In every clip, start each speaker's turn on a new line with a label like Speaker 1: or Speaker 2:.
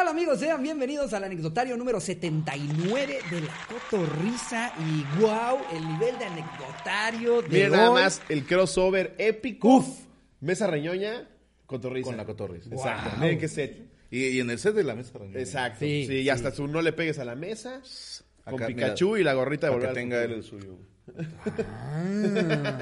Speaker 1: Bueno amigos, sean bienvenidos al anecdotario número 79 de la Cotorrisa y wow, el nivel de anecdotario de
Speaker 2: Miren nada
Speaker 1: hoy.
Speaker 2: más el crossover épico.
Speaker 1: Uf.
Speaker 2: Mesa reñoña, cotorriza.
Speaker 3: Con la cotorriza.
Speaker 2: Exacto. Miren qué set.
Speaker 3: Y, y en el set de la mesa reñoña.
Speaker 2: Exacto.
Speaker 1: Sí,
Speaker 2: Sí, y
Speaker 1: sí.
Speaker 2: hasta su no le pegues a la mesa. Con
Speaker 3: Acá,
Speaker 2: Pikachu
Speaker 3: mira,
Speaker 2: y la gorrita de
Speaker 3: Para que
Speaker 2: volver. al
Speaker 3: tenga él
Speaker 2: futuro.
Speaker 3: el suyo. güey.
Speaker 1: Ah,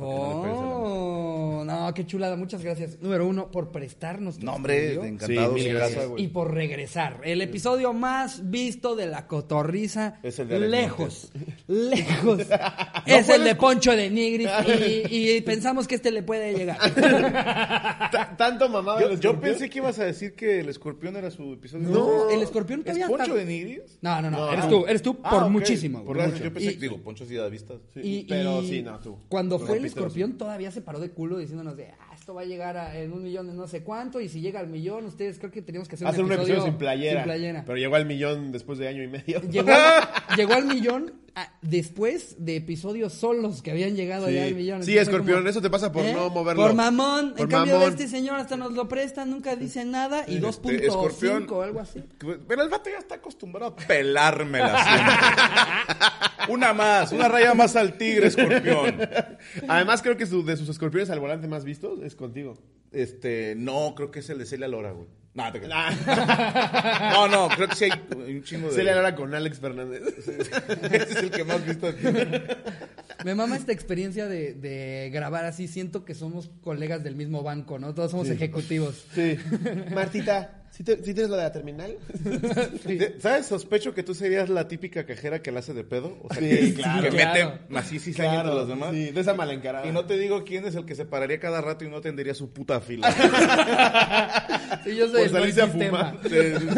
Speaker 1: Oh, no, qué chulada, muchas gracias. Número uno, por prestarnos. tu
Speaker 3: No, hombre,
Speaker 1: estudio.
Speaker 3: encantado.
Speaker 2: Sí,
Speaker 3: sin
Speaker 2: mil
Speaker 3: casa,
Speaker 2: gracias.
Speaker 3: güey.
Speaker 1: Y por regresar. El episodio más visto de la cotorriza.
Speaker 3: Es el de Alex
Speaker 1: Lejos. Lejos. es el de Poncho de Nigris. Y, y pensamos que este le puede llegar.
Speaker 2: Ta- tanto mamado.
Speaker 3: Yo, yo pensé que ibas a decir que el escorpión era su episodio.
Speaker 1: No, el escorpión todavía
Speaker 3: ¿Es Poncho
Speaker 1: está-
Speaker 3: de Nigris?
Speaker 1: No, no, no.
Speaker 2: No,
Speaker 1: eres
Speaker 2: ah.
Speaker 1: tú, eres tú
Speaker 3: Ah,
Speaker 1: por
Speaker 3: ok.
Speaker 1: muchísimo.
Speaker 3: Por
Speaker 1: güey,
Speaker 3: eso
Speaker 1: mucho.
Speaker 3: Yo pensé,
Speaker 1: Y-
Speaker 3: digo, Poncho sí da vistas.
Speaker 1: Y-
Speaker 2: pero
Speaker 1: y
Speaker 2: sí, no, tú.
Speaker 1: Cuando
Speaker 3: Tú
Speaker 1: fue el
Speaker 3: rompiste los-
Speaker 1: escorpión todavía se paró de culo diciéndonos de ah, esto va a llegar a, en un millón de no sé cuánto y si llega al millón ustedes creo que teníamos que hacer,
Speaker 2: Hacer un episodio sin playera.
Speaker 1: sin playera.
Speaker 2: Pero llegó al millón después de año y medio.
Speaker 1: Llegó, al- llegó al millón ah, después de episodios solos que habían llegado
Speaker 2: Sí.
Speaker 1: ya al millón. Entonces
Speaker 2: Sí,
Speaker 1: fue ¿eh?
Speaker 2: escorpión, eso te pasa por no moverlo.
Speaker 1: Por mamón. en
Speaker 2: Por
Speaker 1: cambio de
Speaker 2: mamón.
Speaker 1: este señor hasta nos lo presta, nunca dice nada y
Speaker 3: Este,
Speaker 1: 2.5 o algo así.
Speaker 3: Pero el vato ya está acostumbrado a pelármela siempre. una más, una raya más al tigre, escorpión.
Speaker 2: Además, creo que su- de sus escorpiones al volante más vistos es contigo.
Speaker 3: Este, no, creo que es el de Celia Lora, güey. No, te creas. no, no, creo que sí hay un chingo de...
Speaker 2: Se le ahora con Alex Fernández.
Speaker 3: Ese es el que más visto aquí.
Speaker 1: Me mama esta experiencia de, de grabar así. Siento que somos colegas del mismo banco, ¿no? Todos somos ejecutivos.
Speaker 2: Sí. Martita, ¿sí, te- sí tienes lo de la terminal?
Speaker 1: Sí.
Speaker 3: De- ¿Sabes? Sospecho que tú serías la típica cajera que la hace de pedo. O sea,
Speaker 2: Sí,
Speaker 3: que,
Speaker 2: claro.
Speaker 3: que
Speaker 1: Claro.
Speaker 3: mete así cizaña entre los demás.
Speaker 2: Sí, de esa mala encarada.
Speaker 3: Y no te digo quién es el que se pararía cada rato y no atendería su puta fila.
Speaker 1: Ah, Sí, yo soy
Speaker 2: Por
Speaker 1: el buen
Speaker 2: salirse a
Speaker 1: pues, sistema.
Speaker 2: fumar.
Speaker 3: Sí, sí,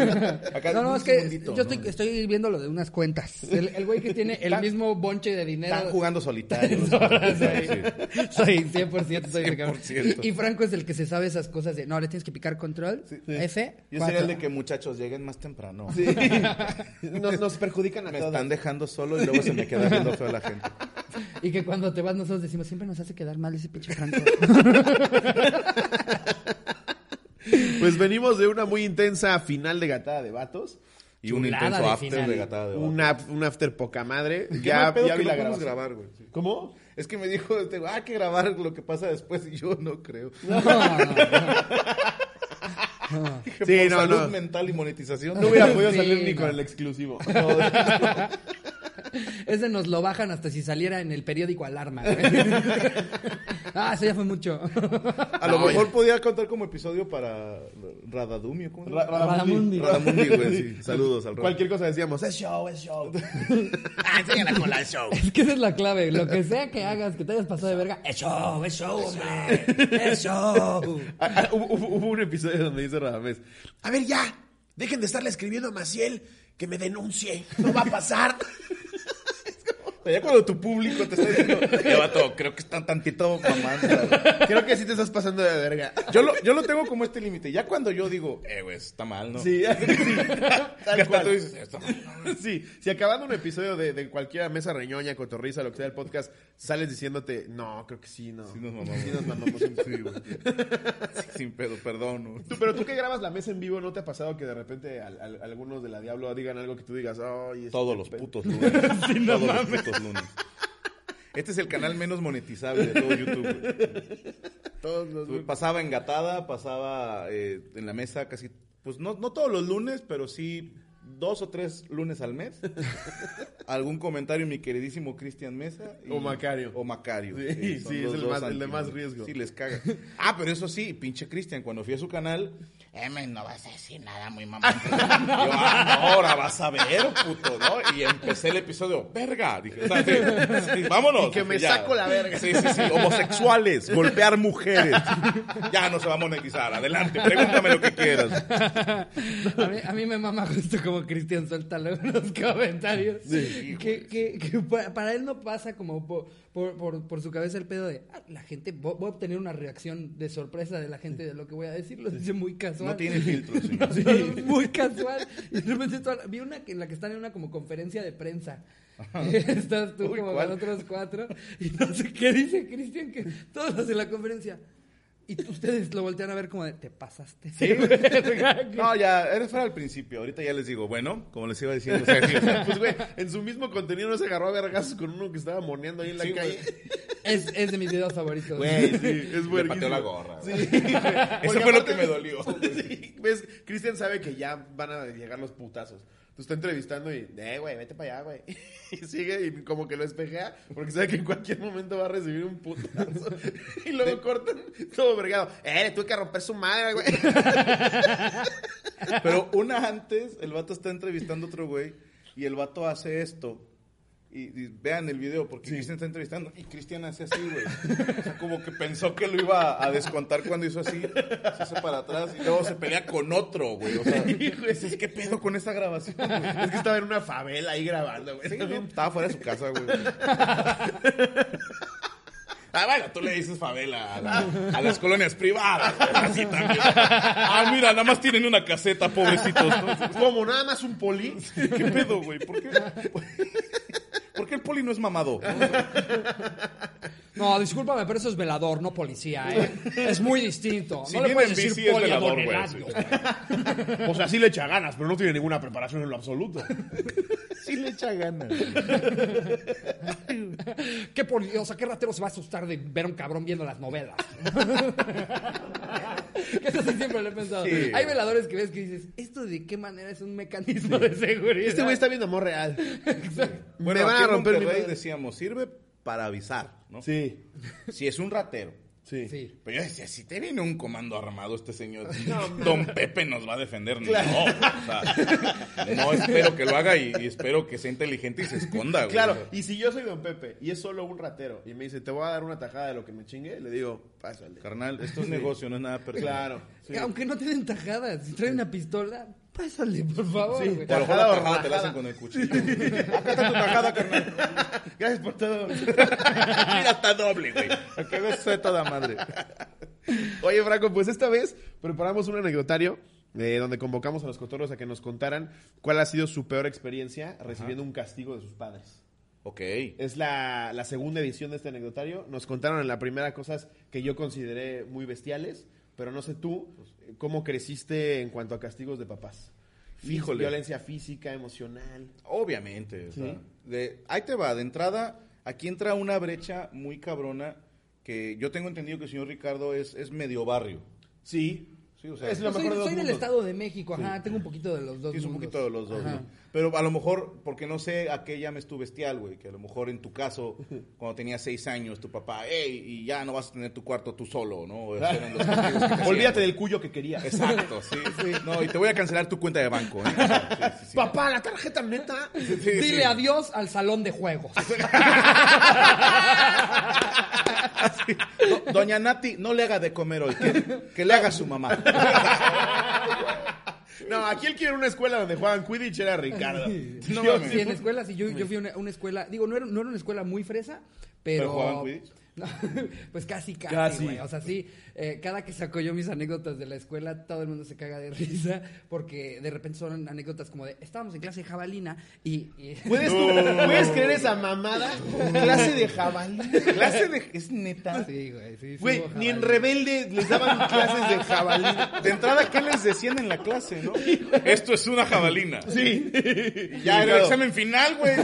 Speaker 3: sí. Acá,
Speaker 1: No, no,
Speaker 3: un
Speaker 1: es que
Speaker 3: segundito,
Speaker 1: yo
Speaker 3: ¿no?
Speaker 1: estoy, estoy viendo lo de unas cuentas. El el güey que tiene el mismo bonche de dinero.
Speaker 3: Están jugando solitario.
Speaker 1: Soy 100% soy Ricardo.
Speaker 3: 100%.
Speaker 1: Y, y Franco es el que se sabe esas cosas de, no, le tienes que picar control, F,
Speaker 3: Yo
Speaker 1: cuatro".
Speaker 3: sería el de que muchachos lleguen más temprano.
Speaker 2: Sí. Nos, nos perjudican a
Speaker 3: Me
Speaker 2: todos.
Speaker 3: están dejando solo y luego se me queda viendo feo la gente.
Speaker 1: y que cuando te vas nosotros decimos, siempre nos hace quedar mal ese pinche Franco.
Speaker 2: Pues venimos de una muy intensa final de gatada de vatos.
Speaker 3: Y un
Speaker 1: Chulada
Speaker 3: intenso
Speaker 1: de
Speaker 3: after
Speaker 1: final.
Speaker 3: de gatada de vato.
Speaker 2: Un, af- un after poca madre.
Speaker 3: Qué
Speaker 2: Ya,
Speaker 3: mal pedo
Speaker 2: ya
Speaker 3: que
Speaker 2: vi
Speaker 3: no
Speaker 2: la
Speaker 3: podemos
Speaker 2: grabación.
Speaker 3: grabar, güey. Sí.
Speaker 2: ¿Cómo?
Speaker 3: Es que me dijo, este, ah, hay que grabar lo que pasa después y yo no creo.
Speaker 1: No, no, no.
Speaker 3: Dije,
Speaker 2: Sí,
Speaker 3: por
Speaker 2: no,
Speaker 3: salud
Speaker 2: no.
Speaker 3: mental y monetización.
Speaker 2: No hubiera podido
Speaker 1: Sí,
Speaker 2: salir ni
Speaker 1: no.
Speaker 2: con el exclusivo.
Speaker 1: Ese nos lo bajan hasta si saliera en el periódico Alarma. güey. ah, eso ya fue mucho.
Speaker 3: A lo mejor podía contar como episodio para Radadumio. ¿cómo se llama?
Speaker 2: Ra-
Speaker 1: Radamundi.
Speaker 2: Radamundi.
Speaker 3: Radamundi, güey, sí. Saludos al Rad.
Speaker 2: Cualquier cosa decíamos, es show, es show.
Speaker 3: Ah, enséñala con la show.
Speaker 1: Es que esa es la clave. Lo que sea que hagas, que te hayas pasado de verga, es show, es show, hombre. Es show.
Speaker 2: Ah, ah, hubo, hubo- hubo un episodio donde dice Radamés, a ver ya, dejen de estarle escribiendo a Maciel que me denuncie, no va a pasar.
Speaker 3: O sea, ya cuando tu público te está diciendo, ya vato, creo que están tantito mamando.
Speaker 2: Creo que sí te estás pasando de verga.
Speaker 3: Yo lo, yo lo tengo como este límite. Ya cuando yo digo, eh, güey, está mal, ¿no?
Speaker 2: Sí, sí.
Speaker 3: Ya
Speaker 2: Tal
Speaker 3: hasta tú
Speaker 2: cual.
Speaker 3: dices, está mal.
Speaker 2: Sí, si acabando un episodio de, de cualquiera mesa reñoña, cotorriza, lo que sea del podcast, sales diciéndote, no, creo que sí, no.
Speaker 3: Sí nos mamamos.
Speaker 2: Sí nos mamamos.
Speaker 3: Sí, güey. Sí, sin pedo, perdón. güey.
Speaker 2: Tú- pero tú que grabas la mesa en vivo, ¿no te ha pasado que de repente al- al- algunos de la Diablo digan algo que tú digas, ay, este
Speaker 3: Todos los
Speaker 2: pe-
Speaker 3: putos lunes. Todos los putos lunes. Este es el canal menos monetizable de todo YouTube. güey.
Speaker 2: Todos los
Speaker 3: Pues, Pasaba engatada, pasaba eh, en la mesa casi, pues no, no todos los lunes, pero sí dos o tres lunes al mes. Algún comentario mi queridísimo Cristian Mesa. y-
Speaker 2: O Macario.
Speaker 3: O Macario. Eh,
Speaker 2: Sí,
Speaker 3: son
Speaker 2: sí, es
Speaker 3: los
Speaker 2: el
Speaker 3: dos
Speaker 2: más- el de
Speaker 3: anti-
Speaker 2: más riesgo.
Speaker 3: Sí, les caga. Ah, pero eso sí, pinche Cristian, cuando fui a su canal, M, no vas a decir nada muy mamón. Yo, "Ah, no, ahora vas a ver, puto, ¿no? Y empecé el episodio, verga. Dije, o sea, sí, sí, vámonos.
Speaker 2: Y que me
Speaker 3: Ya.
Speaker 2: saco la verga.
Speaker 3: Sí, sí, sí. Homosexuales, golpear mujeres. Ya no se va a monetizar. Adelante, pregúntame lo que quieras.
Speaker 1: A mí, a mí me mama justo como Cristian suelta luego en los comentarios. que, que- que pa- para él no pasa como po- por, por- por su cabeza el pedo de "Ah, la gente, vo- voy a obtener una reacción de sorpresa de la gente de lo que voy a decir. Lo dice muy casual.
Speaker 3: No tiene filtro, sí.
Speaker 1: No, no, es muy casual. Y de repente toda la- vi una que- en la que están en una como conferencia de prensa. Estás tú
Speaker 3: Uy,
Speaker 1: como
Speaker 3: ¿cuál?
Speaker 1: con otros cuatro. Y no sé qué dice Cristian que todos los de la conferencia. Y ustedes lo voltean a ver como de, te pasaste.
Speaker 3: Sí. no, ya, era fuera al principio. Ahorita ya les digo, bueno, como les iba diciendo. o sea, sí, o sea,
Speaker 2: Pues, güey, en su mismo contenido no se agarró a vergazos con uno que estaba moneando ahí en la
Speaker 3: Sí, güey.
Speaker 2: calle.
Speaker 1: Es, es de mis videos favoritos.
Speaker 2: Güey, sí, es
Speaker 3: Le
Speaker 2: buenísimo.
Speaker 3: pateó la gorra,
Speaker 2: Sí,
Speaker 3: güey.
Speaker 2: güey. Porque
Speaker 3: fue lo
Speaker 2: aparte-
Speaker 3: que me dolió, güey.
Speaker 2: Sí, ves, Cristian sabe que ya van a llegar los putazos. Tú está entrevistando y, eh, güey, vete para allá, güey. Y sigue y como que lo espejea porque sabe que en cualquier momento va a recibir un putazo. Y luego cortan todo vergado. Eh, le tuve que romper su madre, güey.
Speaker 3: Pero una antes, el vato está entrevistando a otro güey y el vato hace esto. Y, y vean el video porque Cristian está entrevistando y Cristian hace así, güey. O sea, como que pensó que lo iba a descontar cuando hizo así, se hace para atrás y luego se pelea con otro, güey. O sea, dices, ¿qué pedo con esta grabación? güey?"
Speaker 2: Es que estaba en una favela ahí grabando, güey.
Speaker 3: Sí, no, estaba fuera de su casa, güey. Ah, bueno, tú le dices favela a, la- a las colonias privadas. güey, Así también. Ah, mira, nada más tienen una caseta, pobrecitos. ¿no?
Speaker 2: pues, Como nada más un poli.
Speaker 3: ¿Qué pedo, güey? ¿Por qué? ¿Por qué el poli no es mamado?
Speaker 1: No, discúlpame, pero eso es velador, no policía, ¿eh? Es muy distinto.
Speaker 3: Si
Speaker 1: no le
Speaker 3: viene
Speaker 1: puedes
Speaker 3: en
Speaker 1: decir
Speaker 3: bici, es
Speaker 1: poli a
Speaker 3: velador,
Speaker 1: don
Speaker 3: güey,
Speaker 1: Eladio.
Speaker 2: O sea, sí le echa ganas, pero no tiene ninguna preparación en lo absoluto.
Speaker 3: Sí le echa ganas.
Speaker 1: ¿Qué poli- o sea, ¿qué ratero se va a asustar de ver a un cabrón viendo las novelas? que eso sí siempre lo he pensado.
Speaker 3: Sí.
Speaker 1: Hay veladores que ves que dices, ¿esto de qué manera es un mecanismo de seguridad?
Speaker 2: Este güey está viendo amor real.
Speaker 3: Bueno,
Speaker 2: Me van
Speaker 3: aquí
Speaker 2: a
Speaker 3: en
Speaker 2: romper mi
Speaker 3: Monterrey
Speaker 2: madre.
Speaker 3: decíamos, sirve para avisar, ¿no?
Speaker 2: Sí,
Speaker 3: Si es un ratero.
Speaker 2: sí.
Speaker 1: Sí.
Speaker 3: Pero yo decía, si te viene un comando armado este señor, don Pepe nos va a defender. No, o sea, no espero que lo haga y, y espero que sea inteligente y se esconda, güey.
Speaker 2: Claro, y si yo soy Don Pepe y es solo un ratero y me dice, te voy a dar una tajada de lo que me chingue, le digo, pásale.
Speaker 3: Carnal, esto es negocio, no es nada personal.
Speaker 2: Claro. sí.
Speaker 1: Aunque no te den tajadas, si traen una pistola, pásale, por favor.
Speaker 2: Sí.
Speaker 1: güey.
Speaker 3: O a lo mejor la
Speaker 2: Tajada o
Speaker 3: tajada te la
Speaker 2: rajada.
Speaker 3: hacen con el cuchillo. Acá está tu tajada, carnal.
Speaker 2: Gracias por todo.
Speaker 3: Mira, está doble, güey. Acá ves de toda madre.
Speaker 2: Oye, Franco, pues esta vez preparamos un anecdotario eh, donde convocamos a los cotorros a que nos contaran cuál ha sido su peor experiencia recibiendo un castigo de sus padres.
Speaker 3: Ok.
Speaker 2: Es la, la segunda edición de este anecdotario. Nos contaron en la primera cosas que yo consideré muy bestiales, pero no sé tú eh, cómo creciste en cuanto a castigos de papás. Fí-
Speaker 3: Híjole.
Speaker 2: Violencia física, emocional.
Speaker 3: Obviamente. o sea, de- ahí te va, de entrada, aquí entra una brecha muy cabrona que yo tengo entendido que el señor Ricardo es, es medio barrio.
Speaker 2: Sí.
Speaker 3: Sí, o sea,
Speaker 2: Es lo
Speaker 1: Yo Pues soy,
Speaker 2: mejor de dos
Speaker 1: soy del
Speaker 2: mundos.
Speaker 1: Estado de México, ajá, tengo un poquito de los dos.
Speaker 3: Sí, es un
Speaker 1: mundos.
Speaker 3: poquito de los dos,
Speaker 1: Ajá.
Speaker 3: ¿no? Pero a lo mejor, porque no sé a qué llames tu bestial, güey, que a lo mejor en tu caso, cuando tenías seis años, tu papá, hey, y ya no vas a tener tu cuarto tú solo, ¿no? Esos eran los castigos que te hacían,
Speaker 2: Olvídate
Speaker 3: güey.
Speaker 2: del cuyo que querías.
Speaker 3: Exacto, sí, sí. No, y te voy a cancelar tu cuenta de banco. ¿eh? Sí, sí, sí.
Speaker 2: Papá, la tarjeta neta.
Speaker 3: Sí, sí, sí.
Speaker 1: Dile adiós al salón de juegos.
Speaker 3: No, Doña Nati, no le haga de comer hoy, que, que le haga su mamá.
Speaker 2: No, aquí él quiere una escuela donde juegan Quidditch era Ricardo.
Speaker 3: No
Speaker 1: yo,
Speaker 3: mames.
Speaker 1: sí, en escuelas, y yo, yo fui a una, una escuela, digo, no era, no era una escuela muy fresa, pero...
Speaker 3: ¿Pero jugaban Quidditch?
Speaker 1: No, pues casi, casi,
Speaker 2: Casi.
Speaker 1: güey. O sea, sí, eh, cada que saco yo mis anécdotas de la escuela, todo el mundo se caga de risa, porque de repente son anécdotas como de, estábamos en clase de jabalina y... y-
Speaker 2: ¿Puedes, tú- ¿Puedes creer esa mamada? Clase de jabalí.
Speaker 3: Clase de... Es neta.
Speaker 1: Sí, güey, sí, sí
Speaker 2: Güey,
Speaker 1: hubo
Speaker 2: ni en
Speaker 1: jabalina.
Speaker 2: Rebelde les daban clases de jabalí.
Speaker 3: De entrada, ¿qué les decían en la clase, no? Esto es una jabalina.
Speaker 2: Sí.
Speaker 3: Ya era el examen final, güey. ¿no?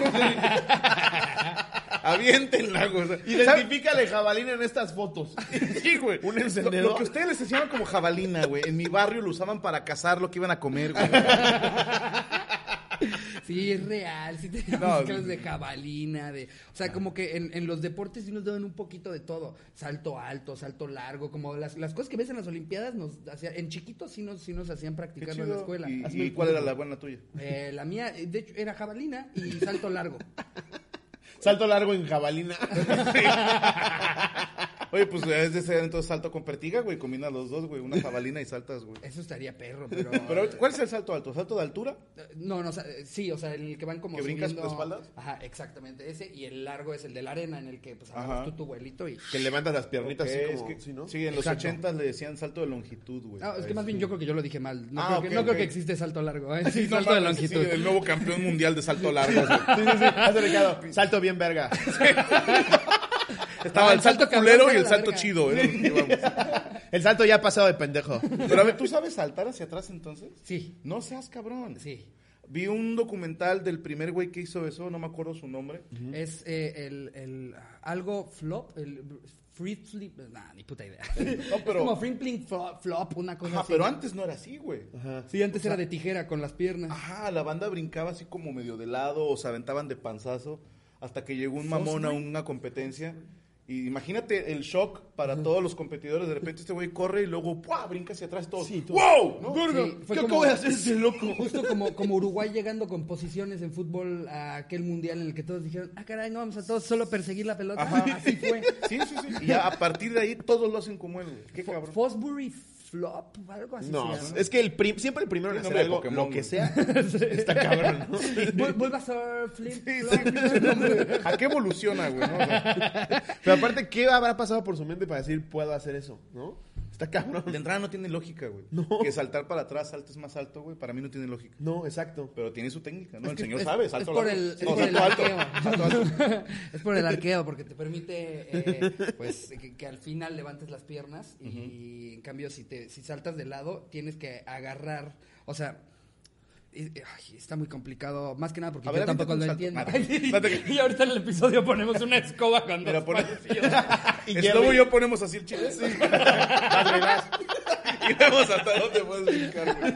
Speaker 3: Aviéntenla, güey. o sea, ¿sabe?
Speaker 2: Identifícale jabalina en estas fotos.
Speaker 3: Sí, güey.
Speaker 2: Un
Speaker 3: Lo-
Speaker 2: encendedor.
Speaker 3: Lo, que ustedes les enseñaban como jabalina, güey. En mi barrio lo usaban para cazar lo que iban a comer, güey.
Speaker 1: Sí, es real, sí teníamos
Speaker 3: No,
Speaker 1: clases
Speaker 3: sí.
Speaker 1: de jabalina, de... O sea, como que en, en los deportes sí nos daban un poquito de todo. Salto alto, salto largo, como las, las cosas que ves en las olimpiadas nos hacían... En chiquitos sí nos, sí nos hacían
Speaker 3: Qué
Speaker 1: practicar en la
Speaker 3: chido.
Speaker 1: escuela.
Speaker 3: ¿Y-
Speaker 2: Hazme
Speaker 3: ¿Y,
Speaker 2: el
Speaker 3: cuál
Speaker 2: culo.
Speaker 3: era la buena tuya?
Speaker 1: Eh, la mía, eh, de hecho, era jabalina y salto largo.
Speaker 2: Salto largo en jabalina.
Speaker 3: Oye, pues es de ser entonces salto con pertiga, güey. Combina los dos, güey. Una jabalina y saltas, güey.
Speaker 1: Eso estaría perro, pero...
Speaker 3: Pero, ¿cuál es el salto alto? ¿Salto de altura?
Speaker 1: No, no, o sea, eh, sí, o sea, en el que van como
Speaker 3: ¿Que brincas
Speaker 1: subiendo-
Speaker 3: de espaldas?
Speaker 1: Ajá, exactamente, ese. Y el largo es el de la arena, en el que, pues,
Speaker 3: Ajá.
Speaker 1: agarras tú tu vuelito y...
Speaker 2: Que levantas las piernitas
Speaker 3: Ok,
Speaker 2: así
Speaker 3: es
Speaker 2: como...
Speaker 3: que-
Speaker 2: ¿sí, no?
Speaker 3: sí, en los
Speaker 1: Exacto.
Speaker 3: ochentas le decían salto de longitud, güey.
Speaker 1: No, es que
Speaker 3: Ahí
Speaker 1: más
Speaker 3: sí.
Speaker 1: bien yo creo que yo lo dije mal. No,
Speaker 3: Ah,
Speaker 1: creo, que,
Speaker 3: ok,
Speaker 1: no creo
Speaker 3: ok.
Speaker 1: que existe salto largo, ¿eh? Sí,
Speaker 3: Sí, no
Speaker 1: salto de
Speaker 3: mames,
Speaker 1: longitud.
Speaker 3: sí, el nuevo campeón mundial de salto largo. güey.
Speaker 2: Sí, sí, sí. Hazte, Ricardo. Salto bien verga.
Speaker 3: Estaba el
Speaker 1: el salto
Speaker 3: salto
Speaker 1: campeón
Speaker 3: culero y
Speaker 1: era
Speaker 3: el
Speaker 1: la
Speaker 3: salto ¿eh?
Speaker 1: verga.
Speaker 3: chido. era lo que íbamos.
Speaker 2: El salto ya ha pasado de pendejo.
Speaker 3: Pero a ver, ¿tú sabes saltar hacia atrás entonces?
Speaker 1: Sí,
Speaker 3: No seas cabrón.
Speaker 1: sí.
Speaker 3: Vi un documental del primer güey que hizo eso, no me acuerdo su nombre.
Speaker 1: Es eh, el, el algo flop, el free flip, nah, ni puta idea.
Speaker 3: pero-
Speaker 1: Es como free flip flop, flop, una cosa
Speaker 3: Ajá,
Speaker 1: así.
Speaker 3: Ah, pero antes no era así, güey.
Speaker 1: Sí, antes era de tijera con las piernas.
Speaker 3: Ajá, la banda brincaba así como medio de lado o se aventaban de panzazo hasta que llegó un mamón a una competencia. Y imagínate el shock para todos los competidores. De repente este güey corre y luego ¡pua! brinca hacia atrás todos. ¡Wow! ¿no?
Speaker 1: Sí, fue
Speaker 3: ¿Qué
Speaker 1: como-
Speaker 3: acabo de hacer ese loco?
Speaker 1: Justo como, como Uruguay llegando con posiciones en fútbol a aquel mundial en el que todos dijeron, ah, caray, no vamos a todos solo perseguir la pelota.
Speaker 3: Ajá.
Speaker 1: Así fue.
Speaker 3: Sí, sí, sí. Y ya a partir de ahí todos lo hacen como él, güey. Qué
Speaker 1: Fo-
Speaker 3: cabrón.
Speaker 1: Fosbury Flop, algo así.
Speaker 2: No,
Speaker 1: se llama.
Speaker 2: es que el prim- siempre el primero en
Speaker 3: Sí,
Speaker 2: hacer
Speaker 3: nombre de
Speaker 2: algo,
Speaker 3: Pokémon,
Speaker 2: lo que
Speaker 3: güey.
Speaker 2: sea, está cabrón, ¿no?
Speaker 1: Bul- Bulbasaur, Flip,
Speaker 3: Sí,
Speaker 1: Flop.
Speaker 3: sí, pinche nombre. ¿A qué evoluciona, güey? no? O sea,
Speaker 2: Pero aparte, ¿qué habrá pasado por su mente para decir, puedo hacer eso, no? Está cabrón.
Speaker 3: de entrada no tiene lógica, güey. Que saltar para atrás, saltes más alto, güey. Para mí no tiene lógica.
Speaker 2: No, exacto.
Speaker 3: Pero tiene su técnica, ¿no? El
Speaker 1: que
Speaker 3: señor
Speaker 1: es-
Speaker 3: sabe,
Speaker 1: es
Speaker 3: salto
Speaker 1: por
Speaker 3: largo.
Speaker 1: el- es
Speaker 3: No,
Speaker 1: por el
Speaker 3: salto alto,
Speaker 1: arqueo.
Speaker 3: salto alto.
Speaker 1: es por el arqueo, porque te permite eh, pues que, que al final levantes las piernas y en cambio si te si saltas de lado tienes que agarrar, o sea, y- y- ay, está muy complicado, más que nada porque
Speaker 3: A ver,
Speaker 1: yo tampoco lo
Speaker 3: aviéntate un
Speaker 1: entiendo.
Speaker 3: salto. Aviéntate.
Speaker 1: y ahorita en el episodio ponemos una escoba con
Speaker 3: Mira,
Speaker 1: dos
Speaker 3: pone-
Speaker 2: Y
Speaker 3: Y
Speaker 2: Jerry.
Speaker 3: y yo ponemos así el chile. y vemos hasta dónde puedes brincar, güey.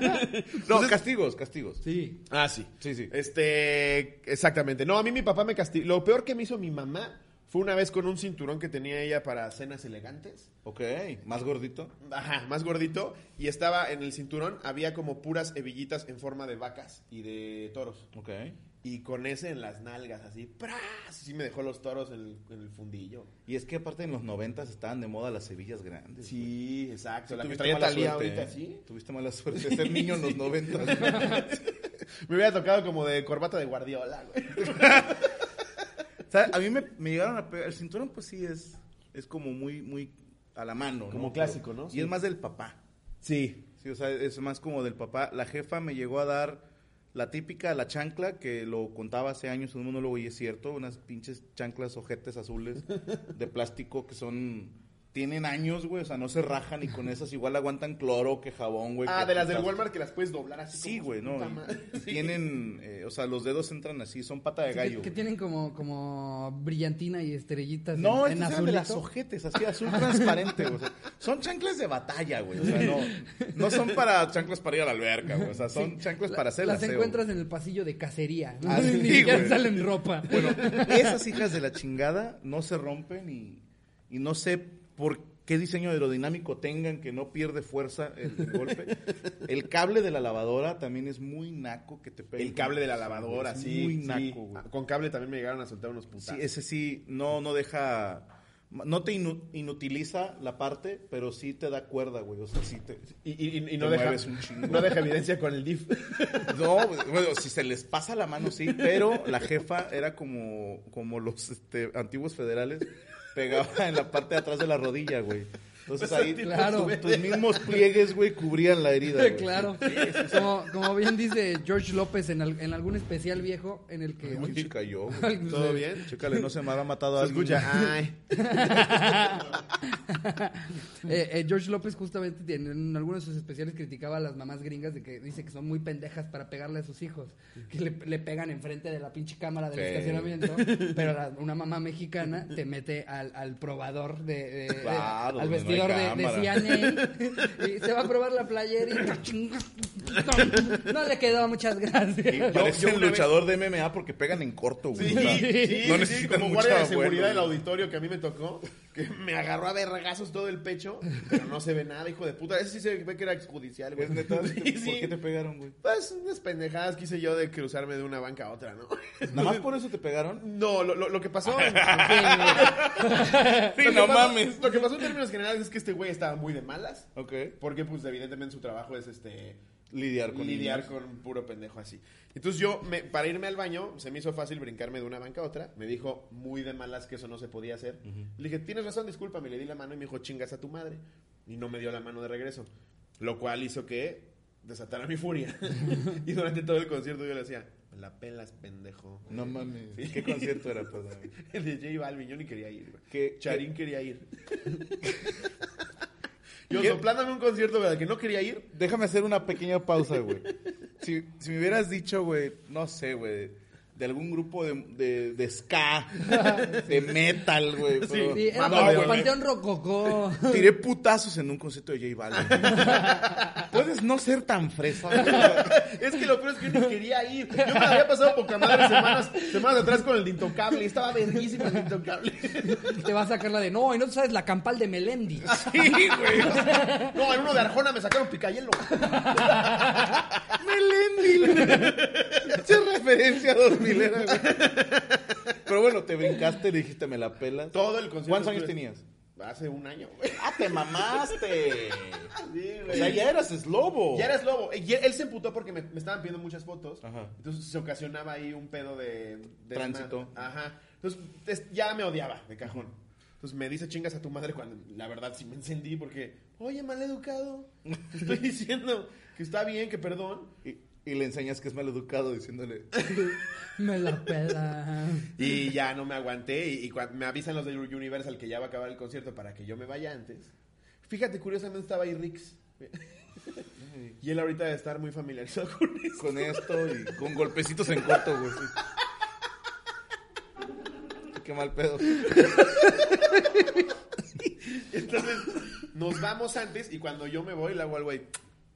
Speaker 3: No, castigos, castigos.
Speaker 1: Sí.
Speaker 2: Ah, sí.
Speaker 3: Sí, sí.
Speaker 2: Este, exactamente. No, a mí mi papá me castigó. Lo peor que me hizo mi mamá fue una vez con un cinturón que tenía ella para cenas elegantes.
Speaker 3: Ok, más gordito.
Speaker 2: Ajá, más gordito. Y estaba en el cinturón, había como puras hebillitas en forma de vacas y de toros.
Speaker 3: Ok.
Speaker 2: Y con ese en las nalgas, así, ¡pras! Sí me dejó los toros en el, en el fundillo.
Speaker 3: Y es que aparte en los noventas estaban de moda las cebillas grandes. güey.
Speaker 2: Sí, exacto. la que
Speaker 3: Tuviste
Speaker 2: traía
Speaker 3: mala
Speaker 2: Talía
Speaker 3: suerte.
Speaker 2: ahorita,
Speaker 3: ¿eh?
Speaker 2: sí.
Speaker 3: Tuviste mala suerte de ser niño en los noventas. güey.
Speaker 2: Me hubiera tocado como de corbata de guardiola, güey.
Speaker 3: O sea, a mí me, me llegaron a pegar. El cinturón, pues sí, es, es como muy, muy a la mano. ¿no?
Speaker 2: Como clásico, ¿no?
Speaker 3: Y
Speaker 2: Sí.
Speaker 3: es más del papá.
Speaker 2: Sí.
Speaker 3: Sí, o sea, es más como del papá. La jefa me llegó a dar la típica, la chancla, que lo contaba hace años en un monólogo y es cierto, unas pinches chanclas ojetes azules de plástico que son... Tienen años, güey, o sea, no se rajan y con esas igual aguantan cloro que jabón, güey.
Speaker 2: Ah,
Speaker 3: que
Speaker 2: de las del
Speaker 3: putas-
Speaker 2: Walmart que las puedes doblar así.
Speaker 3: Sí,
Speaker 2: como
Speaker 3: güey,
Speaker 2: su
Speaker 3: no.
Speaker 2: puta
Speaker 3: y-
Speaker 2: madre.
Speaker 3: y Tienen, eh, o sea, los dedos entran así, son pata de
Speaker 1: Sí,
Speaker 3: gallo.
Speaker 1: que, que
Speaker 3: güey.
Speaker 1: tienen como como brillantina y estrellitas
Speaker 3: No,
Speaker 1: en, en
Speaker 3: estas eran de las
Speaker 1: azulito.
Speaker 3: ojetes, así azul transparente, güey. o sea, son chanclas de batalla, güey. O sea, no, no son para chanclas para ir a la alberca, güey. O sea, son chanclas pues para hacer
Speaker 1: Las
Speaker 3: aseo.
Speaker 1: encuentras en el pasillo de cacería, ¿no?
Speaker 3: Ah, sí,
Speaker 1: Ni siquiera
Speaker 3: güey.
Speaker 1: salen ropa.
Speaker 3: Bueno, esas hijas de la chingada no se rompen y, y no sé por qué diseño aerodinámico tengan que no pierde fuerza el, el golpe. El cable de la lavadora también es muy naco que te pega.
Speaker 2: El cable de la lavadora, sí.
Speaker 3: Muy
Speaker 2: sí.
Speaker 3: naco, güey.
Speaker 2: Ah, Con cable también me llegaron a soltar unos putas.
Speaker 3: Sí, ese sí, no, no deja... No te inu- inutiliza la parte, pero sí te da cuerda, güey. O sea, sí te...
Speaker 2: Y, y- y- y no,
Speaker 3: Te
Speaker 2: deja,
Speaker 3: mueves un chingo.
Speaker 2: no deja evidencia con el DIF.
Speaker 3: No, bueno, si se les pasa la mano, sí, pero la jefa era como, como los este, antiguos federales, pegaba en la parte de atrás de la rodilla, güey. Entonces ahí
Speaker 1: Pues, Claro.
Speaker 3: tus, tus mismos pliegues, güey, cubrían la herida. güey.
Speaker 1: Claro. Como, como bien dice George López en, al- en algún especial viejo en el que...
Speaker 3: Ay, güey, se cayó, güey.
Speaker 1: Ay, pues,
Speaker 2: ¿Todo
Speaker 1: eh,
Speaker 2: bien?
Speaker 3: Chécale, no se me habrá matado
Speaker 2: Se
Speaker 3: a
Speaker 2: escucha. Ay.
Speaker 1: eh, eh, George López justamente tiene- en alguno de sus especiales criticaba a las mamás gringas de que dice que son muy pendejas para pegarle a sus hijos, que le, le pegan enfrente de la pinche cámara del
Speaker 3: Sí.
Speaker 1: estacionamiento, pero la- una mamá mexicana te mete al, al probador de, de- de-
Speaker 3: Claro,
Speaker 1: al
Speaker 3: donde no hay
Speaker 1: vestidor de, de
Speaker 3: cámara.
Speaker 1: CNA y se va a probar la playera y no le quedó, muchas gracias.
Speaker 3: Y
Speaker 2: yo
Speaker 3: Parecen
Speaker 2: una vez-
Speaker 3: luchador de MMA porque pegan en corto, güey. O sea, no necesitan
Speaker 2: como
Speaker 3: mucha
Speaker 2: guardia de seguridad
Speaker 3: abuela,
Speaker 2: del
Speaker 3: güey.
Speaker 2: auditorio que a mí me tocó, que me agarró a vergazos todo el pecho, pero no se ve nada, hijo de puta. Ese sí se ve que era exjudicial, güey.
Speaker 3: Es neta,
Speaker 2: Sí,
Speaker 3: ¿por
Speaker 2: sí.
Speaker 3: qué te pegaron, güey?
Speaker 2: Pues unas pendejadas que hice yo de cruzarme de una banca a otra, ¿no?
Speaker 3: ¿Nada más por eso te pegaron?
Speaker 2: No, lo, lo- lo que pasó...
Speaker 3: Sí,
Speaker 2: Lo que
Speaker 3: no
Speaker 2: pasó-
Speaker 3: mames.
Speaker 2: Lo que pasó en términos generales es que este güey estaba muy de malas.
Speaker 3: Ok.
Speaker 2: Porque, pues, evidentemente su trabajo es este.
Speaker 3: Lidiar con
Speaker 2: lidiar
Speaker 3: niños.
Speaker 2: con un puro pendejo así. Entonces yo, me- para irme al baño, se me hizo fácil brincarme de una banca a otra. Me dijo muy de malas que eso no se podía hacer. Le dije, tienes razón, discúlpame. Le di la mano y me dijo, chingas a tu madre. Y no me dio la mano de regreso. Lo cual hizo que desatara mi furia. y durante todo el concierto yo le decía, "Me la pelas, pendejo.
Speaker 3: No mames.
Speaker 2: Sí.
Speaker 3: ¿Qué concierto era, pues, perdón?
Speaker 2: El de J Balvin, yo ni quería ir. güey.
Speaker 3: Que-
Speaker 2: Charín quería ir. Yo,
Speaker 3: ¿Qué?
Speaker 2: soplándome un concierto ¿verdad? que no quería ir.
Speaker 3: Déjame hacer una pequeña pausa, güey. Si, si me hubieras dicho, güey, no sé, güey, de algún grupo de, de, de ska, de metal, güey. pero-
Speaker 1: Sí, era
Speaker 3: no,
Speaker 1: como
Speaker 3: güey,
Speaker 1: Panteón Rococó.
Speaker 3: me- Tiré putazos en un concierto de J Balvin. güey. Puedes no ser tan fresa. güey.
Speaker 2: Es que lo peor es que yo no quería ir. Yo me la había pasado poca madre semanas, semanas atrás con el de Intocable. Estaba verguísima el de Intocable.
Speaker 1: Te va a sacar la de, no, y no sabes la campal de Melendi.
Speaker 3: Sí, güey.
Speaker 2: No, en uno de Arjona me sacaron picayelo.
Speaker 3: Melendi. güey. Esa referencia dos milera, güey. Pero bueno, te brincaste, le dijiste, me la pelas.
Speaker 2: Todo el concierto.
Speaker 3: ¿Cuántos años
Speaker 2: estuve-
Speaker 3: tenías?
Speaker 2: Hace un año, güey.
Speaker 3: ¡Ah, te mamaste!
Speaker 2: Sí,
Speaker 3: O sea, ya eras eslobo.
Speaker 2: Ya eres lobo. Y él se emputó porque me, me estaban pidiendo muchas fotos.
Speaker 3: Ajá.
Speaker 2: Entonces se ocasionaba ahí un pedo de. de
Speaker 3: Tránsito.
Speaker 2: Ajá. Entonces es- ya me odiaba de cajón. Entonces me dice chingas a tu madre cuando la verdad sí me encendí porque, oye, mal educado. Te estoy diciendo que está bien, que perdón.
Speaker 3: Y, y le enseñas que es maleducado diciéndole.
Speaker 1: Me la pela.
Speaker 2: Y ya no me aguanté. Y, y cua- me avisan los de Universal que ya va a acabar el concierto para que yo me vaya antes. Fíjate, curiosamente estaba ahí Rix. Y él ahorita debe estar muy familiarizado con eso.
Speaker 3: con esto y con golpecitos en corto, güey. sí. Qué mal pedo.
Speaker 2: Entonces, nos vamos antes y cuando yo me voy, le hago al güey.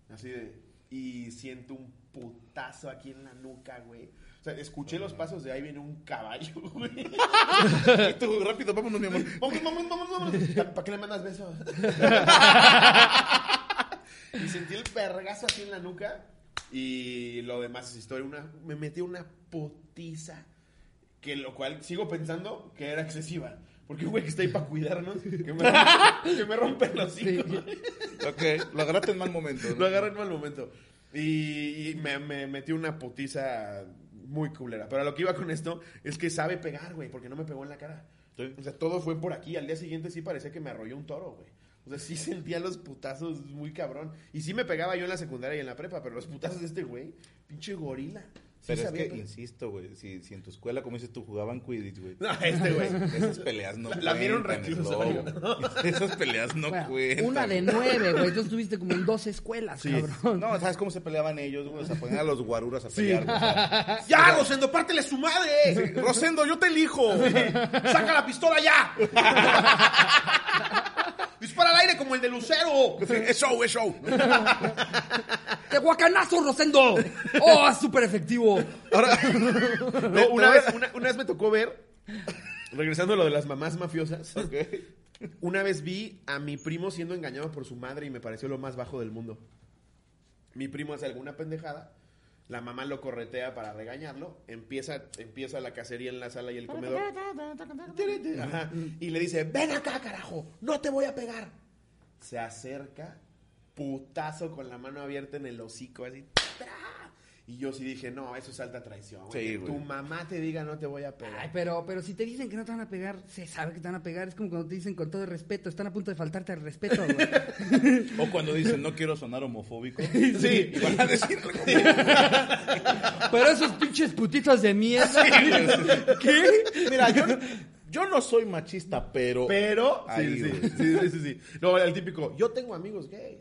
Speaker 2: Así de. Y siento un putazo aquí en la nuca, güey. O sea, escuché los pasos de ahí viene un caballo, güey.
Speaker 3: Y tú, rápido, vámonos, mi amor.
Speaker 2: Vamos, vamos, vamos, vamos. ¿Para qué le mandas besos? y sentí el pergazo así en la nuca. Y lo demás es historia. Una, me metí una putiza. Que lo cual sigo pensando que era excesiva. Porque un güey que está ahí para cuidarnos. Que me, que me rompen los cinco.
Speaker 3: Ok, lo agarraste en mal momento. ¿no?
Speaker 2: Lo agarré en mal momento. Y, y me, me metí una putiza muy culera. Pero a lo que iba con esto es que sabe pegar, güey, porque no me pegó en la cara.
Speaker 3: Sí.
Speaker 2: O sea, todo fue por aquí. Al día siguiente sí parecía que me arrolló un toro, güey. O sea, sí sentía los putazos muy cabrón. Y sí me pegaba yo en la secundaria y en la prepa, pero los putazos de este güey, pinche gorila. Sí
Speaker 3: Pero es
Speaker 2: sabía
Speaker 3: que,
Speaker 2: pe-
Speaker 3: insisto, güey, si, si en tu escuela, como dices tú, jugaban Quidditch, güey.
Speaker 2: No, este güey.
Speaker 3: Esas peleas no
Speaker 2: La- la vieron
Speaker 3: cuentan, es
Speaker 2: reclusorio,
Speaker 3: lobo. Esas peleas no
Speaker 1: Bueno,
Speaker 3: cuentan.
Speaker 1: una de nueve, güey. Entonces tuviste como en dos escuelas, cabrón.
Speaker 3: No, ¿sabes cómo se peleaban ellos, güey? O sea, ponían a los guaruras a
Speaker 2: Sí.
Speaker 3: pelear. güey, o sea,
Speaker 2: ¡Ya, Rosendo, pártele su madre!
Speaker 3: Rosendo, yo te elijo.
Speaker 2: ¡Saca la pistola ya! ¡Dispara al aire como el de Lucero!
Speaker 3: es show, es show.
Speaker 1: ¡Te guacanazo, Rosendo! ¡Oh, es súper efectivo!
Speaker 3: Ahora,
Speaker 2: No, una vez, una, una vez me tocó ver, regresando a lo de las mamás mafiosas, una vez vi a mi primo siendo engañado por su madre y me pareció lo más bajo del mundo. Mi primo hace alguna pendejada, la mamá lo corretea para regañarlo, empieza, empieza la cacería en la sala y el comedor. Ajá, y le dice, ven acá, carajo, no te voy a pegar. Se acerca, putazo con la mano abierta en el hocico, así. ¡tra! Y yo sí dije, no, eso es alta traición. güey.
Speaker 3: Sí,
Speaker 2: Que
Speaker 3: güey.
Speaker 2: tu mamá te diga, no te voy a pegar.
Speaker 1: Ay, pero, pero si te dicen que no te van a pegar, se sabe que te van a pegar. Es como cuando te dicen con todo el respeto, están a punto de faltarte al respeto, güey.
Speaker 3: O cuando dicen, no quiero sonar homofóbico.
Speaker 2: Sí.
Speaker 3: Y van a decir algo como,
Speaker 1: Pero esos pinches putitos de mierda. ¿Qué?
Speaker 3: Mira, yo, yo no soy machista, pero...
Speaker 2: Pero,
Speaker 3: Ahí,
Speaker 2: sí, sí,
Speaker 3: güey.
Speaker 2: sí, sí, sí, sí. No, el típico, yo tengo amigos gays.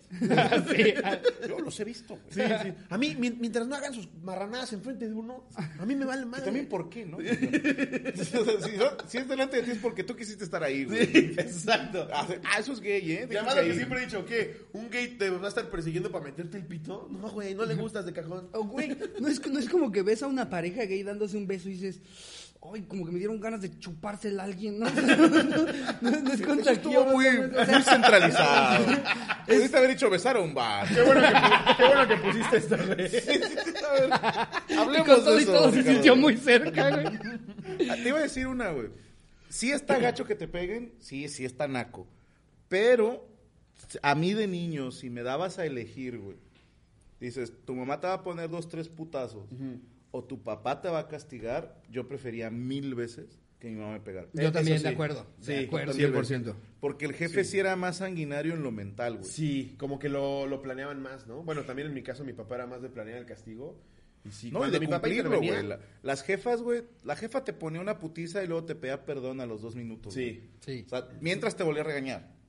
Speaker 3: Yo los he visto, güey.
Speaker 2: Sí, sí. A mí, mi- mientras no hagan sus marranadas enfrente de uno, a mí me vale
Speaker 3: Y
Speaker 2: madre.
Speaker 3: también, ¿por qué, no? O sea, si, no- si es delante de ti es porque tú quisiste estar ahí, güey.
Speaker 2: Sí, exacto.
Speaker 3: Ah, ah, eso es gay, ¿eh?
Speaker 2: Ya
Speaker 3: Déjense
Speaker 2: más lo que
Speaker 3: ahí.
Speaker 2: siempre he dicho, ¿qué? ¿Un gay te va a estar persiguiendo para meterte el pito? No, güey, no le gustas de cajón.
Speaker 1: Oh, güey, no es, no es como que ves a una pareja gay dándose un beso y dices, ay, como que me dieron ganas de chupársela a alguien, ¿no? No, no es
Speaker 3: Eso
Speaker 1: contra
Speaker 3: estuvo muy, muy centralizado. Pudiste haber dicho besar a un bar.
Speaker 2: Qué bueno que, qué bueno que pusiste esto, güey.
Speaker 1: Y
Speaker 3: Hablemos
Speaker 1: con todo
Speaker 3: de
Speaker 1: y
Speaker 3: eso,
Speaker 1: todo se
Speaker 3: Ricardo.
Speaker 1: sintió muy cerca, güey.
Speaker 3: Ah, Te iba a decir una, güey. Sí está gacho que te peguen, sí, sí está naco. Pero a mí de niño, si me dabas a elegir, güey, dices, tu mamá te va a poner dos, tres putazos, o tu papá te va a castigar, yo prefería mil veces que mi mamá me pegara.
Speaker 1: Yo
Speaker 2: Eso
Speaker 1: también,
Speaker 2: sí.
Speaker 1: de acuerdo. de
Speaker 2: Sí,
Speaker 1: acuerdo.
Speaker 2: 100%.
Speaker 3: Porque el jefe sí, era más sanguinario en lo mental, güey.
Speaker 2: Sí, como que lo, lo planeaban más, ¿no? Bueno, también en mi caso mi papá era más de planear el castigo. Y sí,
Speaker 3: No, y
Speaker 2: cuando
Speaker 3: de
Speaker 2: mi papá
Speaker 3: cumplirlo,
Speaker 2: intervenía-
Speaker 3: güey. La- las jefas, güey, la jefa te ponía una putiza y luego te pedía perdón a los dos minutos.
Speaker 2: Sí.
Speaker 3: güey.
Speaker 1: Sí.
Speaker 3: O sea, mientras te volvía a regañar.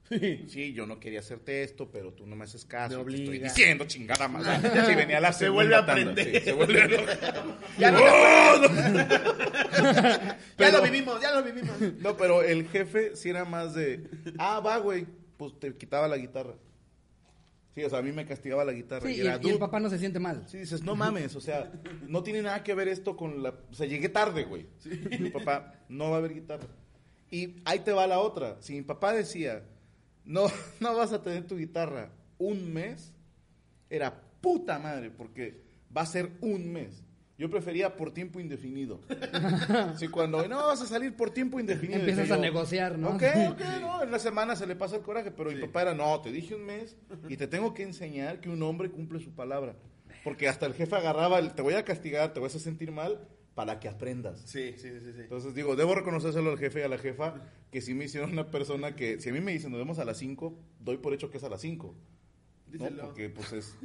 Speaker 3: Sí. yo no quería hacerte esto, pero tú no me haces caso.
Speaker 2: Me
Speaker 3: te estoy
Speaker 2: obligas.
Speaker 3: diciendo, chingada madre. Si venía la
Speaker 2: Se
Speaker 3: segunda
Speaker 2: vuelve a
Speaker 3: tanda,
Speaker 2: aprender.
Speaker 3: sí, se vuelve a enojar.
Speaker 2: Ya, no-
Speaker 3: ¡Oh! No,
Speaker 2: ya
Speaker 3: Pero-
Speaker 2: lo vivimos, ya lo vivimos.
Speaker 3: No, pero el jefe sí era más de, ah, va, güey, pues te quitaba la guitarra. Sí, o sea, a mí me castigaba la guitarra.
Speaker 1: Sí,
Speaker 3: y
Speaker 1: y,
Speaker 3: era,
Speaker 1: el- y el
Speaker 3: "Dude".
Speaker 1: papá no se siente mal.
Speaker 3: Sí, dices, no mames, o sea, no tiene nada que ver esto con la... O sea, llegué tarde, güey. Y Mi papá, no va a haber guitarra. Y ahí te va la otra. Si mi papá decía, no, no vas a tener tu guitarra un mes, era puta madre, porque va a ser un mes. Yo prefería por tiempo indefinido. Si cuando no vas a salir por tiempo indefinido.
Speaker 1: Empiezas
Speaker 3: decía
Speaker 1: a
Speaker 3: yo,
Speaker 1: negociar, ¿no?
Speaker 3: Ok, ok, no, en una semana se le pasa el coraje, pero mi papá era, no, te dije un mes y te tengo que enseñar que un hombre cumple su palabra. Porque hasta el jefe agarraba el, te voy a castigar, te vas a sentir mal para que aprendas.
Speaker 2: Sí, sí, sí, sí.
Speaker 3: Entonces digo, debo reconocérselo al jefe y a la jefa que si me hicieron una persona que, si a mí me dicen nos vemos a las 5, doy por hecho que es a las 5. ¿no?
Speaker 2: Díselo.
Speaker 3: Porque pues es...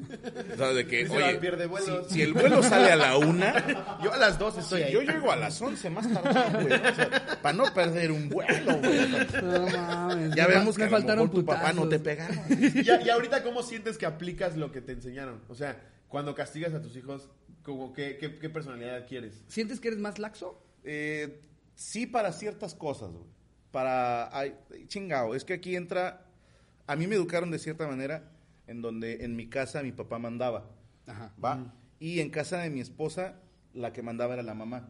Speaker 3: o sea, de que,
Speaker 2: Díselo
Speaker 3: oye,
Speaker 2: al pierdevuelos.
Speaker 3: si, si el vuelo sale a la una,
Speaker 2: Yo a las dos estoy
Speaker 3: Sí,
Speaker 2: ahí.
Speaker 3: yo llego a las 11 más tarde, güey. O sea, para no perder un vuelo, güey.
Speaker 1: No mames.
Speaker 3: Ya
Speaker 1: me fa-
Speaker 3: vemos que
Speaker 1: me
Speaker 3: a lo
Speaker 1: faltaron
Speaker 3: mejor tu papá no
Speaker 1: putazos.
Speaker 3: te pegaba.
Speaker 2: Ya- y, ahorita, ¿cómo sientes que aplicas lo que te enseñaron? O sea, cuando castigas a tus hijos, como qué, qué, qué personalidad adquieres?
Speaker 1: ¿Sientes que eres más laxo?
Speaker 3: Eh, sí para ciertas cosas, güey. Para... ay, chingao, es que aquí entra... A mí me educaron de cierta manera en donde en mi casa mi papá mandaba,
Speaker 1: Ajá.
Speaker 3: ¿va? Y en casa de mi esposa la que mandaba era la mamá.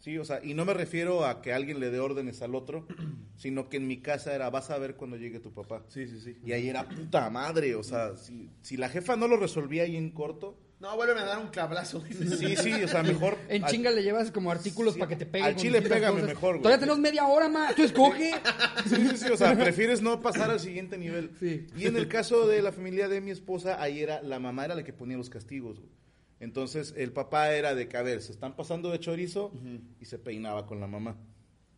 Speaker 3: Sí, o sea, y no me refiero a que alguien le dé órdenes al otro, sino que en mi casa era, vas a ver cuando llegue tu papá.
Speaker 2: Sí, sí, sí.
Speaker 3: Y ahí era puta madre, o sea, si, si la jefa no lo resolvía ahí en corto,
Speaker 2: No, vuelven a dar un cablazo.
Speaker 3: sí, sí, o sea, mejor...
Speaker 1: En
Speaker 3: al-
Speaker 1: chinga le llevas como artículos
Speaker 3: Sí.
Speaker 1: para que te peguen.
Speaker 3: Al
Speaker 1: con
Speaker 3: chile
Speaker 1: distintas
Speaker 3: pégame
Speaker 1: cosas.
Speaker 3: mejor, güey.
Speaker 1: Todavía tenemos media hora más. Tú escoge.
Speaker 3: Sí, sí, sí, o sea, prefieres no pasar al siguiente nivel.
Speaker 1: Sí.
Speaker 3: Y en el caso de la familia de mi esposa, ahí era, la mamá era la que ponía los castigos, güey. Entonces, el papá era de que, a ver, se están pasando de chorizo y se peinaba con la mamá.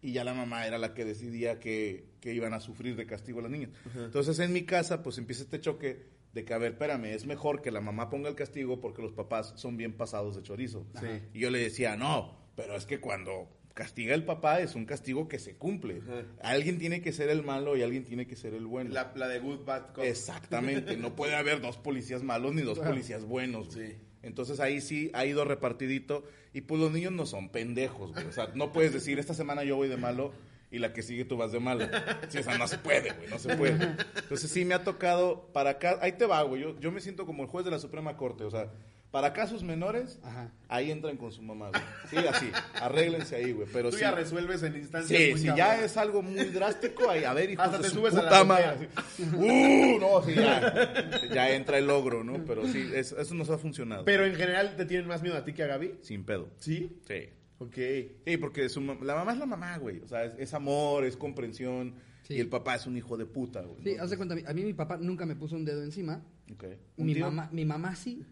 Speaker 3: Y ya la mamá era la que decidía que, que iban a sufrir de castigo las niñas. Entonces, en mi casa, pues empieza este choque de que, a ver, espérame, es mejor que la mamá ponga el castigo porque los papás son bien pasados de chorizo.
Speaker 2: Sí.
Speaker 3: Y yo le decía, no, pero es que cuando castiga el papá es un castigo que se cumple.
Speaker 2: Ajá.
Speaker 3: Alguien tiene que ser el malo y alguien tiene que ser el bueno.
Speaker 2: La, la de Good Bad Cop.
Speaker 3: Exactamente, no puede haber dos policías malos ni dos policías buenos. güey.
Speaker 2: Sí.
Speaker 3: Entonces ahí sí ha ido repartidito y pues los niños no son pendejos, güey. O sea, no puedes decir, esta semana yo voy de malo y la que sigue tú vas de malo. Sí, o sea, no se puede, güey, no se puede. Entonces sí me ha tocado para acá, ahí te va, güey. Yo, yo me siento como el juez de la Suprema Corte, o sea, para casos menores,
Speaker 1: Ajá.
Speaker 3: ahí entran con su mamá, güey. Sí, así, arréglense ahí, güey. Pero
Speaker 2: Tú
Speaker 3: sí,
Speaker 2: ya resuelves en instancias.
Speaker 3: Sí,
Speaker 2: muy
Speaker 3: si
Speaker 2: cabronas.
Speaker 3: ya es algo muy drástico, ahí, a ver, hijos
Speaker 2: Hasta
Speaker 3: de
Speaker 2: te
Speaker 3: su
Speaker 2: subes a la
Speaker 3: puta
Speaker 2: azotea.
Speaker 3: madre. así. Uh, no, sí, ya, ya entra el logro, ¿no? Pero sí, es- eso nos ha funcionado.
Speaker 2: Pero en general, ¿te tienen más miedo a ti que a Gaby?
Speaker 3: Sin pedo.
Speaker 2: Sí.
Speaker 3: Sí.
Speaker 2: Ok.
Speaker 3: Sí, porque su mam- la mamá es la mamá, güey. O sea, es, es amor, es comprensión.
Speaker 1: Sí.
Speaker 3: Y el papá es un hijo de puta, güey.
Speaker 1: Sí,
Speaker 3: ¿no?
Speaker 1: haz de cuenta, a mí- a mí mi papá nunca me puso un dedo encima.
Speaker 3: Ok. ¿Un
Speaker 1: Mi
Speaker 3: tío?
Speaker 1: mamá, mi mamá sí.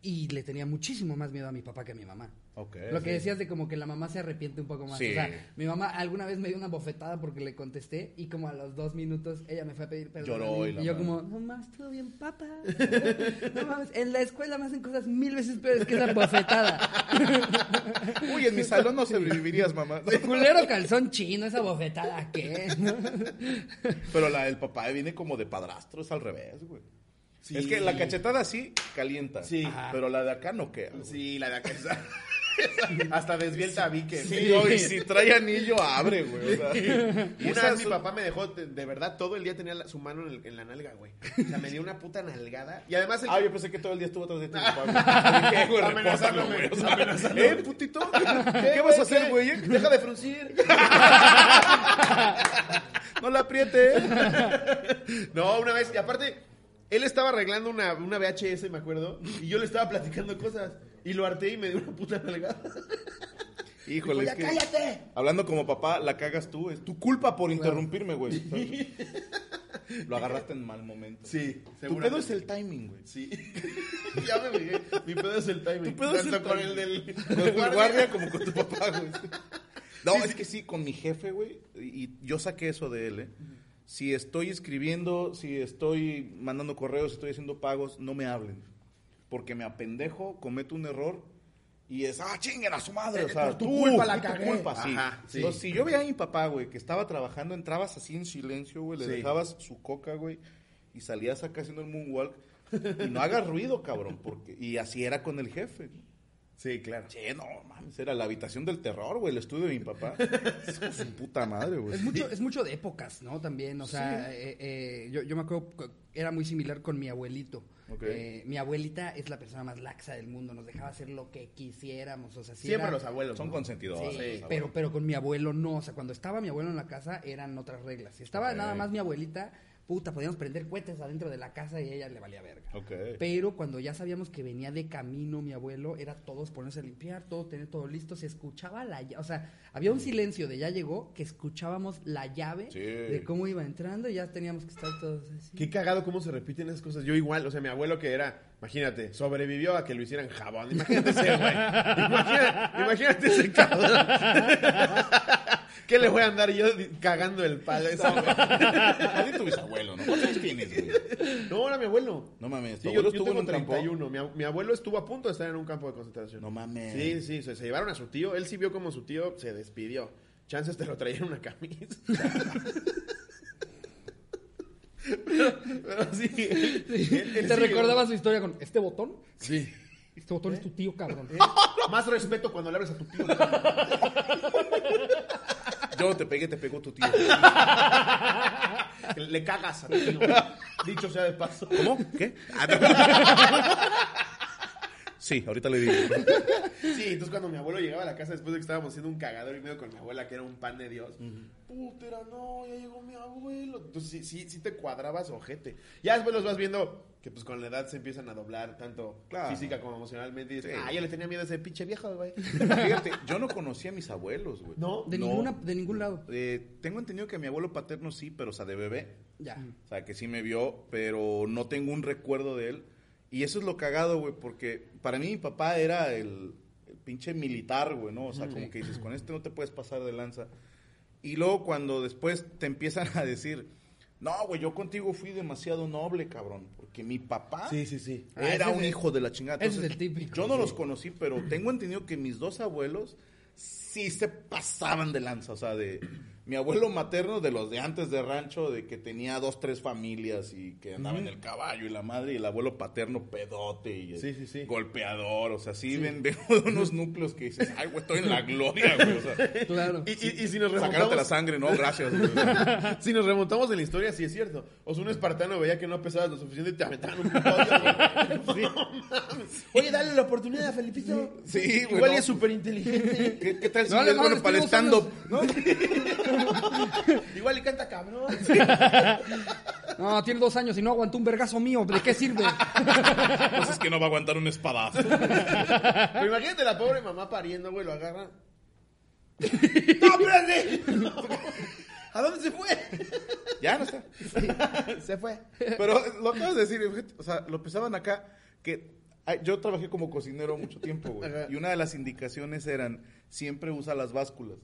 Speaker 1: Y le tenía muchísimo más miedo a mi papá que a mi mamá.
Speaker 3: Ok.
Speaker 1: Lo que decías de como que la mamá se arrepiente un poco más.
Speaker 3: Eh, Sí.
Speaker 1: O sea, mi mamá alguna vez me dio una bofetada porque le contesté y como a los dos minutos ella me fue a pedir perdón.
Speaker 3: Lloró
Speaker 1: a mí.
Speaker 3: y la
Speaker 1: y yo
Speaker 3: madre.
Speaker 1: como, no mames, todo bien, papá. No mames, en la escuela me hacen cosas mil veces peores que esa bofetada.
Speaker 3: Uy, en mi salón no sobrevivirías, mamá.
Speaker 1: Culero calzón chino, esa bofetada, ¿qué?
Speaker 3: Pero la del papá viene como de padrastro, es al revés, güey.
Speaker 2: Sí.
Speaker 3: Es que la cachetada sí calienta.
Speaker 2: Sí.
Speaker 3: Ajá. Pero la de acá no queda. güey.
Speaker 2: Sí, la de acá. esa- Hasta desvié el tabique.
Speaker 3: Sí, no, y si trae anillo, abre, güey. o sea. Y
Speaker 2: Una
Speaker 3: esas
Speaker 2: vez mi
Speaker 3: son-
Speaker 2: papá me dejó, de, de verdad, todo el día tenía la- su mano en, el- en la nalga, güey. O sea, me dio una puta nalgada. Y además el...
Speaker 3: Ah, yo pensé que todo el día estuvo atrás de ti, mi papá. Dije, güey,
Speaker 2: Amenazándome,
Speaker 3: repórtalo, güey. o sea, ¿Eh, putito? ¿Qué,
Speaker 2: ¿Qué
Speaker 3: vas a hacer, güey?
Speaker 2: Deja de fruncir.
Speaker 3: No la apriete.
Speaker 2: ¿eh? No, una vez, y aparte, él estaba arreglando una, una VHS, me acuerdo, y yo le estaba platicando cosas, y lo harté y me dio una puta nalgada.
Speaker 3: Híjole, es
Speaker 2: ¡Ya
Speaker 3: que...
Speaker 2: cállate!
Speaker 3: Hablando como papá, la cagas tú. Es tu culpa por interrumpirme, güey. Lo agarraste en mal momento.
Speaker 2: Sí,
Speaker 3: Tu pedo es el timing, güey.
Speaker 2: Sí. ya me fijé. Mi pedo es el timing.
Speaker 3: Tu pedo es el
Speaker 2: Tanto con
Speaker 3: timing.
Speaker 2: el del
Speaker 3: Con el guardia como con tu papá, güey. No, es que sí, con mi jefe, güey. Y y yo saqué eso de él, ¿eh? Si estoy escribiendo, si estoy mandando correos, si estoy haciendo pagos, no me hablen. Porque me apendejo, cometo un error Y es, ah, chinguen a su madre. O
Speaker 4: Eh,
Speaker 3: sea,
Speaker 4: por tu
Speaker 3: tú,
Speaker 4: culpa la
Speaker 3: tú, tu
Speaker 4: cagué.
Speaker 3: culpa, sí.
Speaker 2: Ajá, sí.
Speaker 3: Entonces, si yo veía a mi papá, güey, que estaba trabajando, entrabas así en silencio, güey, le
Speaker 2: Sí.
Speaker 3: dejabas su coca, güey, y salías acá haciendo el moonwalk. Y no hagas ruido, cabrón, porque... Y así era con el jefe, ¿no?
Speaker 2: Sí, claro.
Speaker 3: Che, no, mames, era la habitación del terror, güey, el estudio de mi papá. Hijo de su puta madre, güey.
Speaker 1: Es mucho, es mucho de épocas, ¿no? También, o sea, eh, eh, yo, yo me acuerdo, que era muy similar con mi abuelito.
Speaker 3: Ok.
Speaker 1: Eh, mi abuelita es la persona más laxa del mundo, nos dejaba hacer lo que quisiéramos, o sea, sí
Speaker 2: Siempre
Speaker 1: era-
Speaker 2: los abuelos.
Speaker 3: Son
Speaker 2: ¿no?
Speaker 3: consentidores.
Speaker 1: Sí,
Speaker 3: los
Speaker 1: pero, pero con mi abuelo no, o sea, cuando estaba mi abuelo en la casa eran otras reglas. Si estaba nada más mi abuelita, puta, podíamos prender cohetes adentro de la casa y a ella le valía verga.
Speaker 3: Ok.
Speaker 1: Pero cuando ya sabíamos que venía de camino mi abuelo, era todos ponerse a limpiar, todo tener todo listo, se escuchaba la llave, o sea, había un silencio de ya llegó que escuchábamos la llave
Speaker 3: Sí.
Speaker 1: de cómo iba entrando y ya teníamos que estar todos así.
Speaker 2: Qué cagado cómo se repiten esas cosas. Yo igual, o sea, mi abuelo que era, imagínate, sobrevivió a que lo hicieran jabón. Imagínate ese güey. Imagina- imagínate ese cabrón. ¿Qué le voy a andar yo di- cagando el padre?
Speaker 3: Así tu bisabuelo, ¿no? ¿Cuántos años tienes, güey?
Speaker 2: No, era mi abuelo.
Speaker 3: No mames, tu
Speaker 2: Sí, yo,
Speaker 3: abuelo
Speaker 2: yo
Speaker 3: estuvo en
Speaker 2: tengo
Speaker 3: un campo.
Speaker 2: 31. Mi, ab- mi abuelo estuvo a punto de estar en un campo de concentración.
Speaker 3: No mames.
Speaker 2: Sí, sí, se, se llevaron a su tío. Él sí vio como su tío se despidió. Chances te lo traían una camisa. pero, pero sí. él-
Speaker 1: Te
Speaker 2: él sí,
Speaker 1: recordaba su historia con este botón,
Speaker 2: Sí.
Speaker 1: este botón
Speaker 2: ¿Eh?
Speaker 1: es tu tío, cabrón.
Speaker 2: Más respeto cuando le abres a tu tío.
Speaker 3: Yo te pegué, te pegó tu tío.
Speaker 2: Le cagas a tu tío. Dicho sea de paso.
Speaker 3: ¿Cómo? ¿Qué? Ah, no. Sí, ahorita le digo.
Speaker 2: Sí, entonces cuando mi abuelo llegaba a la casa después de que estábamos haciendo un cagador y medio con mi abuela, que era un pan de Dios, putera, no, ya llegó mi abuelo. Entonces sí, sí, sí te cuadrabas ojete. Ya después los vas viendo que pues con la edad se empiezan a doblar tanto
Speaker 3: Claro.
Speaker 2: física como emocionalmente. Y dices,
Speaker 3: Sí.
Speaker 2: ah, yo le tenía miedo a ese pinche viejo, güey.
Speaker 3: Fíjate, yo no conocía a mis abuelos, güey.
Speaker 2: ¿No?
Speaker 1: De,
Speaker 3: No.
Speaker 1: ninguna, de ningún lado.
Speaker 3: Eh, tengo entendido que mi abuelo paterno sí, pero o sea, de bebé.
Speaker 1: Ya.
Speaker 3: O sea, que sí me vio, pero no tengo un recuerdo de él. Y eso es lo cagado, güey, porque para mí mi papá era el, el pinche militar, güey, ¿no? O sea, como que dices, con este no te puedes pasar de lanza. Y luego cuando después te empiezan a decir, no, güey, yo contigo fui demasiado noble, cabrón, porque mi papá
Speaker 2: sí, sí.
Speaker 1: Ah,
Speaker 3: era
Speaker 1: ese
Speaker 3: un
Speaker 1: es el-
Speaker 3: hijo de la chingada.
Speaker 1: ese es el típico,
Speaker 3: Yo no
Speaker 1: sí.
Speaker 3: los conocí, pero tengo entendido que mis dos abuelos sí se pasaban de lanza. O sea, de mi abuelo materno, de los de antes de rancho, de que tenía dos, tres familias y que andaba en el caballo y la madre, y el abuelo paterno pedote y eh,
Speaker 2: Sí, sí, sí.
Speaker 3: golpeador. O sea, sí, ven, veo de unos núcleos que dices, ay, güey, estoy en la gloria, güey. O sea,
Speaker 1: Claro.
Speaker 2: Y, y- y si nos
Speaker 3: sacárate la
Speaker 2: remontamos,
Speaker 3: sangre, no, gracias. güey.
Speaker 2: si nos remontamos en la historia, sí es cierto. O sea, un espartano veía que no pesabas lo suficiente y te aventaban un puto. güey. No mames.
Speaker 4: Oye, dale la oportunidad a Felipito.
Speaker 3: Sí, güey.
Speaker 4: Igual
Speaker 3: no.
Speaker 4: es súper inteligente.
Speaker 3: ¿Qué, qué tal si
Speaker 1: No,
Speaker 3: es
Speaker 1: le
Speaker 3: bueno
Speaker 1: mames,
Speaker 3: para el
Speaker 1: tengo
Speaker 3: stand-up? ¿no?
Speaker 4: Igual y canta cabrón.
Speaker 1: No, tiene dos años y no aguantó un vergazo mío. ¿De qué sirve?
Speaker 3: Pues es que no va a aguantar un espadazo.
Speaker 2: Pero imagínate la pobre mamá pariendo, güey, lo agarra.
Speaker 4: ¡No, espérate! ¿A dónde se fue?
Speaker 3: Ya no está.
Speaker 4: Se fue.
Speaker 3: Pero lo acabas de decir, fíjate, o sea, lo pensaban acá, que ay, yo trabajé como cocinero mucho tiempo, güey.
Speaker 2: Ajá.
Speaker 3: Y una de las indicaciones eran, siempre usa las básculas.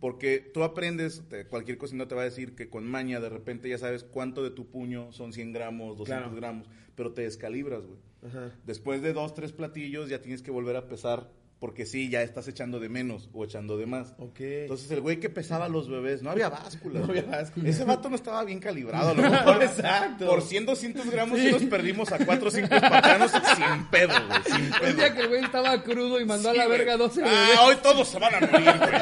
Speaker 3: Porque tú aprendes, te- cualquier cocinero te va a decir que con maña de repente ya sabes cuánto de tu puño son 100 gramos, 200
Speaker 2: Claro.
Speaker 3: gramos, pero te descalibras, güey.
Speaker 2: Ajá.
Speaker 3: Después de dos, tres platillos ya tienes que volver a pesar. Porque sí, ya estás echando de menos o echando de más.
Speaker 2: Ok.
Speaker 3: Entonces el güey que pesaba a los bebés, no había báscula.
Speaker 2: No había
Speaker 3: güey.
Speaker 2: báscula.
Speaker 3: Ese vato no estaba bien calibrado. a lo mejor
Speaker 2: Exacto.
Speaker 3: Por 100, 200 gramos sí. nos perdimos a 4 o 5 espartanos sin pedo, güey. Sin pedo.
Speaker 1: Un día que el güey estaba crudo y mandó
Speaker 3: Sí,
Speaker 1: a la
Speaker 3: güey.
Speaker 1: verga 12 bebés.
Speaker 3: Ah, hoy todos se van a morir, güey.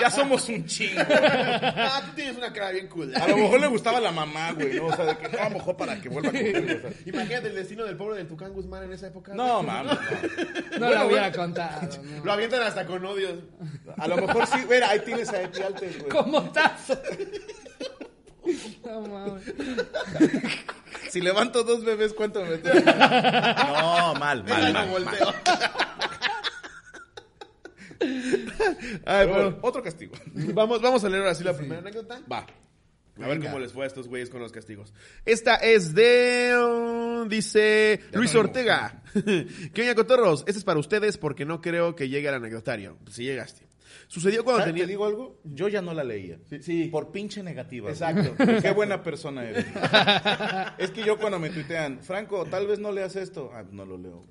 Speaker 3: Ya somos un chingo.
Speaker 2: Ah, tú tienes una cara bien cool.
Speaker 3: A lo mejor le gustaba la mamá, güey, ¿no? O sea, de que no, a lo mejor para que vuelva a comer, güey, o sea.
Speaker 2: Imagínate el destino del pobre del Tucán Guzmán en esa época.
Speaker 3: No,
Speaker 2: güey.
Speaker 3: mames,
Speaker 1: No lo hubiera contado. no.
Speaker 2: Lo avientan hasta con odios.
Speaker 3: no. A lo mejor sí, mira, ahí tienes a Epi Altes, güey.
Speaker 1: Como tazo. No mames.
Speaker 3: Si levanto dos bebés, ¿cuánto me meto? No, mal, mal,
Speaker 2: Déjalo,
Speaker 3: mal, mal.
Speaker 2: volteo. Ay,
Speaker 3: Pero bueno,
Speaker 2: bueno,
Speaker 3: otro castigo.
Speaker 2: vamos, vamos a leer ahora sí la primera anécdota.
Speaker 3: Va.
Speaker 2: A ver
Speaker 3: Venga.
Speaker 2: cómo les fue a estos güeyes con los castigos. Esta es de... um, Dice
Speaker 3: Ya
Speaker 2: Luis
Speaker 3: tengo.
Speaker 2: Ortega. ¿Qué oña, cotorros? Este es para ustedes porque no creo que llegue al anecdotario. Si llegaste.
Speaker 5: Sucedió cuando
Speaker 3: ¿Sabes?
Speaker 5: tenía...
Speaker 3: ¿Te digo algo? Yo ya no la leía.
Speaker 5: Ah, Sí, sí.
Speaker 3: Por pinche negativa. güey.
Speaker 5: Exacto.
Speaker 3: Qué buena persona eres. es que yo cuando me tuitean, Franco, tal vez no leas esto. Ah, no lo leo.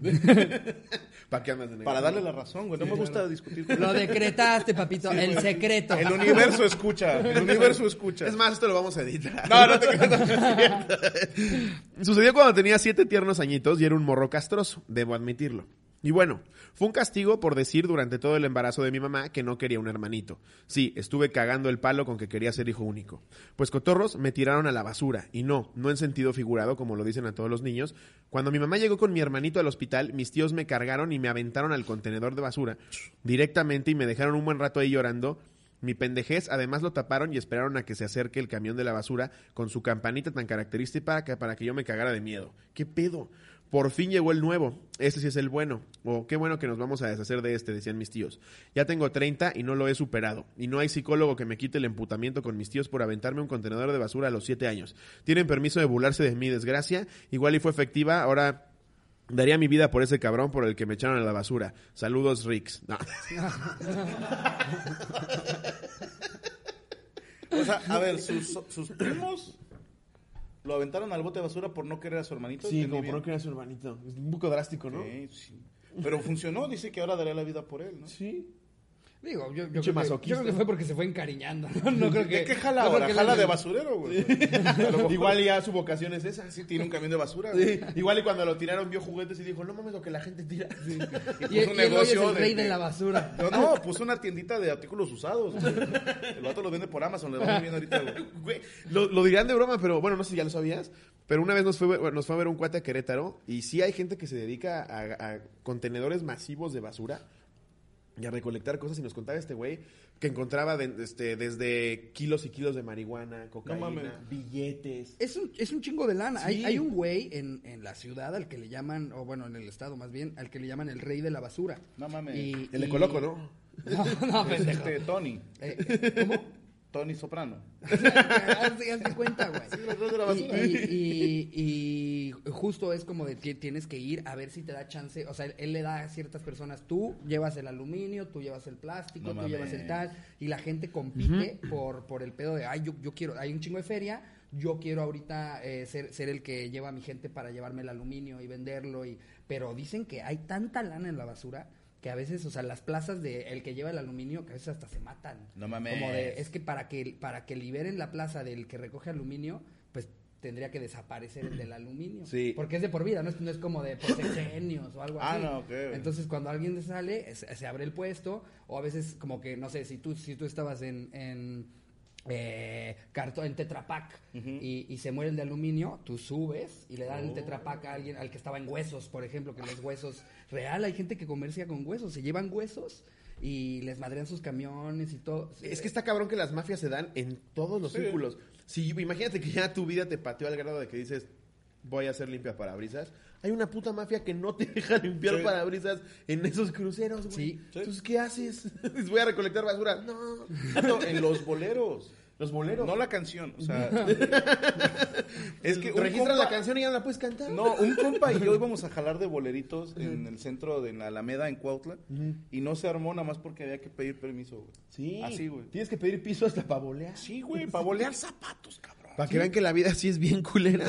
Speaker 5: ¿Para qué andas de negro?
Speaker 3: Para darle la razón, güey. No me gusta discutir con
Speaker 1: Lo decretaste, papito. el secreto.
Speaker 3: El universo escucha. El universo escucha.
Speaker 5: Es más, esto lo vamos a editar.
Speaker 3: No, no te creas.
Speaker 5: Sucedió cuando tenía siete tiernos añitos y era un morro castroso, debo admitirlo. Y bueno, fue un castigo por decir durante todo el embarazo de mi mamá que no quería un hermanito. Sí, estuve cagando el palo con que quería ser hijo único. Pues cotorros me tiraron a la basura, y no, no en sentido figurado como lo dicen a todos los niños. Cuando mi mamá llegó con mi hermanito al hospital, mis tíos me cargaron y me aventaron al contenedor de basura directamente y me dejaron un buen rato ahí llorando. Mi pendejez, además lo taparon y esperaron a que se acerque el camión de la basura con su campanita tan característica para que, para que yo me cagara de miedo. ¿Qué pedo? Por fin llegó el nuevo. Este sí es el bueno. O qué bueno que nos vamos a deshacer de este, decían mis tíos. Ya tengo 30 y no lo he superado. Y no hay psicólogo que me quite el emputamiento con mis tíos por aventarme un contenedor de basura a los 7 años. Tienen permiso de burlarse de mi desgracia. Igual y fue efectiva. Ahora daría mi vida por ese cabrón por el que me echaron a la basura. Saludos, Rix. No.
Speaker 3: O sea, a ver, sus, sus primos lo aventaron al bote de basura por no querer a su hermanito. ¿Entendí bien?
Speaker 5: era su hermanito. Es un poco drástico,
Speaker 3: Ok, sí. Pero funcionó, dice que ahora daría la vida por él, ¿no?
Speaker 5: Sí.
Speaker 1: Digo, yo, yo
Speaker 5: Pinche
Speaker 1: creo que,
Speaker 5: masoquista.
Speaker 1: yo creo que fue porque se fue encariñando. No, No creo que.
Speaker 3: ¿De qué jala
Speaker 1: no creo
Speaker 3: ahora?
Speaker 1: que
Speaker 3: Jala
Speaker 1: le-
Speaker 3: de basurero, güey.
Speaker 5: Igual ya su vocación es esa.
Speaker 3: Sí, tiene un camión de basura.
Speaker 5: Sí.
Speaker 3: güey.
Speaker 5: Igual y cuando lo tiraron vio juguetes y dijo, no mames lo que la gente tira.
Speaker 1: Y,
Speaker 3: puso
Speaker 1: y el hoy
Speaker 3: un
Speaker 1: es
Speaker 3: negocio
Speaker 1: el rey
Speaker 3: de-
Speaker 1: de la basura.
Speaker 3: No, no, puso una tiendita de artículos usados. güey. El vato lo vende por Amazon, le va muy bien ahorita, güey.
Speaker 5: Güey, lo, lo dirán de broma, pero bueno, no sé si ya lo sabías. Pero una vez nos fue, nos fue a ver un cuate a Querétaro y sí hay gente que se dedica a, a contenedores masivos de basura y a recolectar cosas. Y nos contaba este güey que encontraba de- este, desde kilos y kilos de marihuana, cocaína,
Speaker 3: mames.
Speaker 5: billetes.
Speaker 1: Es un, es un chingo de lana. Hay,
Speaker 5: Sí.
Speaker 1: hay un güey en, en la ciudad al que le llaman, o bueno, en el estado más bien, al que le llaman el rey de la basura.
Speaker 3: No mames.
Speaker 1: Y-
Speaker 5: El
Speaker 1: y-
Speaker 5: Ecoloco, ¿no?
Speaker 1: No, no,
Speaker 3: Es
Speaker 1: pendejo.
Speaker 3: este, Tony.
Speaker 1: Eh, ¿Cómo?
Speaker 3: Tony Soprano.
Speaker 1: hazte, hazte cuenta, güey.
Speaker 3: los dos de la basura.
Speaker 1: Y, y- y- y justo es como de que tienes que ir a ver si te da chance. O sea, él, él le da a ciertas personas, tú llevas el aluminio, tú llevas el plástico,
Speaker 3: No
Speaker 1: tú llevas el
Speaker 3: mames.
Speaker 1: tal. Y la gente compite por, por el pedo de, ay, yo, yo quiero, hay un chingo de feria. Yo quiero ahorita eh, ser, ser el que lleva a mi gente para llevarme el aluminio y venderlo. y Pero dicen que hay tanta lana en la basura que a veces, o sea, las plazas de el que lleva el aluminio, que a veces hasta se matan.
Speaker 3: No mames. Este
Speaker 1: Como de, es que para que para que liberen la plaza del que recoge aluminio, pues tendría que desaparecer el del aluminio.
Speaker 3: Sí.
Speaker 1: Porque es de por vida, no es, no es como de por sexenios o algo
Speaker 3: Ah,
Speaker 1: así.
Speaker 3: no, ok.
Speaker 1: Entonces, cuando alguien sale, se, se abre el puesto, o a veces como que, no sé, si tú, si tú estabas en... en eh, cartón en tetrapac y, y se muere el de aluminio, tú subes y le dan el tetrapac a alguien al que estaba en huesos, por ejemplo, que los huesos real, hay gente que comercia con huesos, se llevan huesos y les madrean sus camiones y todo.
Speaker 5: Es que está cabrón que las mafias se dan en todos los
Speaker 3: Sí.
Speaker 5: círculos. Si imagínate que ya tu vida te pateó al grado de que dices voy a hacer limpia parabrisas, hay una puta mafia que no te deja limpiar
Speaker 3: Sí.
Speaker 5: parabrisas en esos cruceros, güey.
Speaker 1: Sí.
Speaker 3: Sí.
Speaker 5: Entonces, ¿qué haces? Dices, voy a recolectar basura. No.
Speaker 3: Vato, En los boleros.
Speaker 5: Los boleros.
Speaker 3: No la canción. O sea, es que un
Speaker 5: Registra
Speaker 3: compa-
Speaker 5: la canción y ya no la puedes cantar.
Speaker 3: No, un compa y yo íbamos a jalar de boleritos en el centro de la Alameda, en Cuautla, y no se armó nada más porque había que pedir permiso, güey.
Speaker 5: Sí.
Speaker 3: Así, güey.
Speaker 5: Tienes que pedir piso hasta para bolear.
Speaker 3: Sí, güey, para bolear zapatos, cabrón.
Speaker 5: Para que vean que la vida sí es bien culera.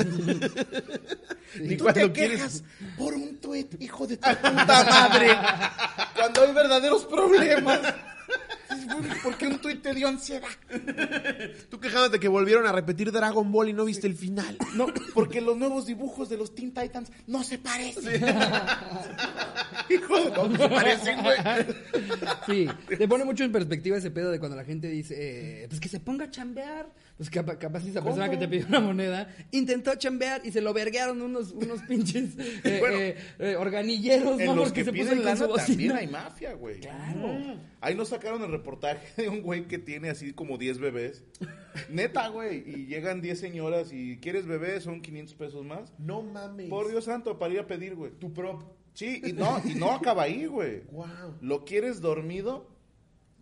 Speaker 5: Ni
Speaker 3: tú
Speaker 5: cuando
Speaker 3: te quejas
Speaker 5: quieres.
Speaker 3: por un tuit, hijo de tu puta madre. Cuando hay verdaderos problemas. Dices, güey, ¿Por qué un tuit te dio ansiedad?
Speaker 5: Tú quejándote que volvieron a repetir Dragon Ball y no viste el final.
Speaker 3: No, porque los nuevos dibujos de los Teen Titans no se parecen. hijo de no, no se parecen, güey.
Speaker 1: Sí, te pone mucho en perspectiva ese pedo de cuando la gente dice, eh, pues que se ponga a chambear. Pues capa- capaz si esa persona que te pidió una moneda intentó chambear y se lo verguearon unos, unos pinches eh,
Speaker 3: Bueno,
Speaker 1: eh, eh, organilleros, ¿no?
Speaker 3: En los
Speaker 1: Porque
Speaker 3: que
Speaker 1: se puso
Speaker 3: piden
Speaker 1: ahí con su
Speaker 3: lana también
Speaker 1: bocina.
Speaker 3: hay mafia, güey.
Speaker 1: Claro.
Speaker 3: Ahí nos sacaron el reportaje de un güey que tiene así como 10 bebés. Neta, güey. Y llegan 10 señoras y ¿quieres bebé? Son 500 pesos más.
Speaker 5: No mames.
Speaker 3: Por Dios santo, para ir a pedir, güey.
Speaker 5: Tu prop.
Speaker 3: Sí, y no, y no acaba ahí, güey.
Speaker 5: Wow.
Speaker 3: Lo quieres dormido,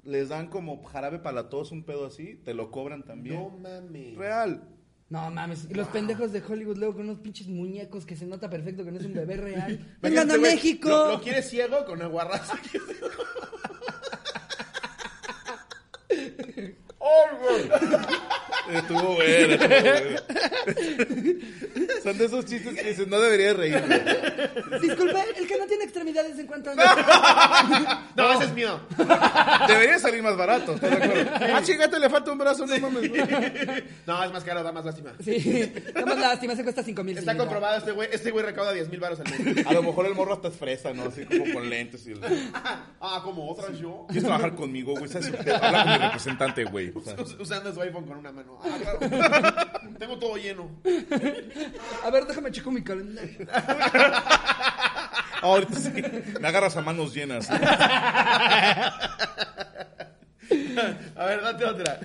Speaker 3: les dan como jarabe para la tos, un pedo así, te lo cobran también.
Speaker 5: No mames.
Speaker 3: Real.
Speaker 1: No mames, y los pendejos de Hollywood luego con unos pinches muñecos que se nota perfecto que no es un bebé real. ¡Vengan a
Speaker 5: Imagínate, güey,
Speaker 1: México!
Speaker 5: Lo, lo quieres ciego con aguarrazo.
Speaker 3: Estuvo bueno. Son de esos chistes que dices, no debería reírme.
Speaker 1: Disculpe, el que no tiene extremidades en cuanto a...
Speaker 2: No, ese es mío.
Speaker 3: Debería salir más barato, ¿estás de acuerdo? Ah, chingate, le falta un brazo, no mames.
Speaker 2: No, es más caro, da más lástima.
Speaker 1: Sí, damos lástima, se cuesta 5 mil.
Speaker 2: Está
Speaker 1: señorita.
Speaker 2: comprobado, este güey este güey recauda 10 mil baros al mes.
Speaker 3: A lo mejor el morro hasta es fresa, ¿no? Así como con lentes y el...
Speaker 2: Ah, como otra vez yo.
Speaker 3: ¿Quieres trabajar conmigo, güey? ¿Sabes? Habla con mi representante, güey. O sea,
Speaker 2: Us- Usando su iPhone con una mano. Ah, claro. Tengo todo lleno.
Speaker 1: A ver, déjame checo mi calendario.
Speaker 3: ahorita sí. Me agarras a manos llenas.
Speaker 2: A ver, date otra.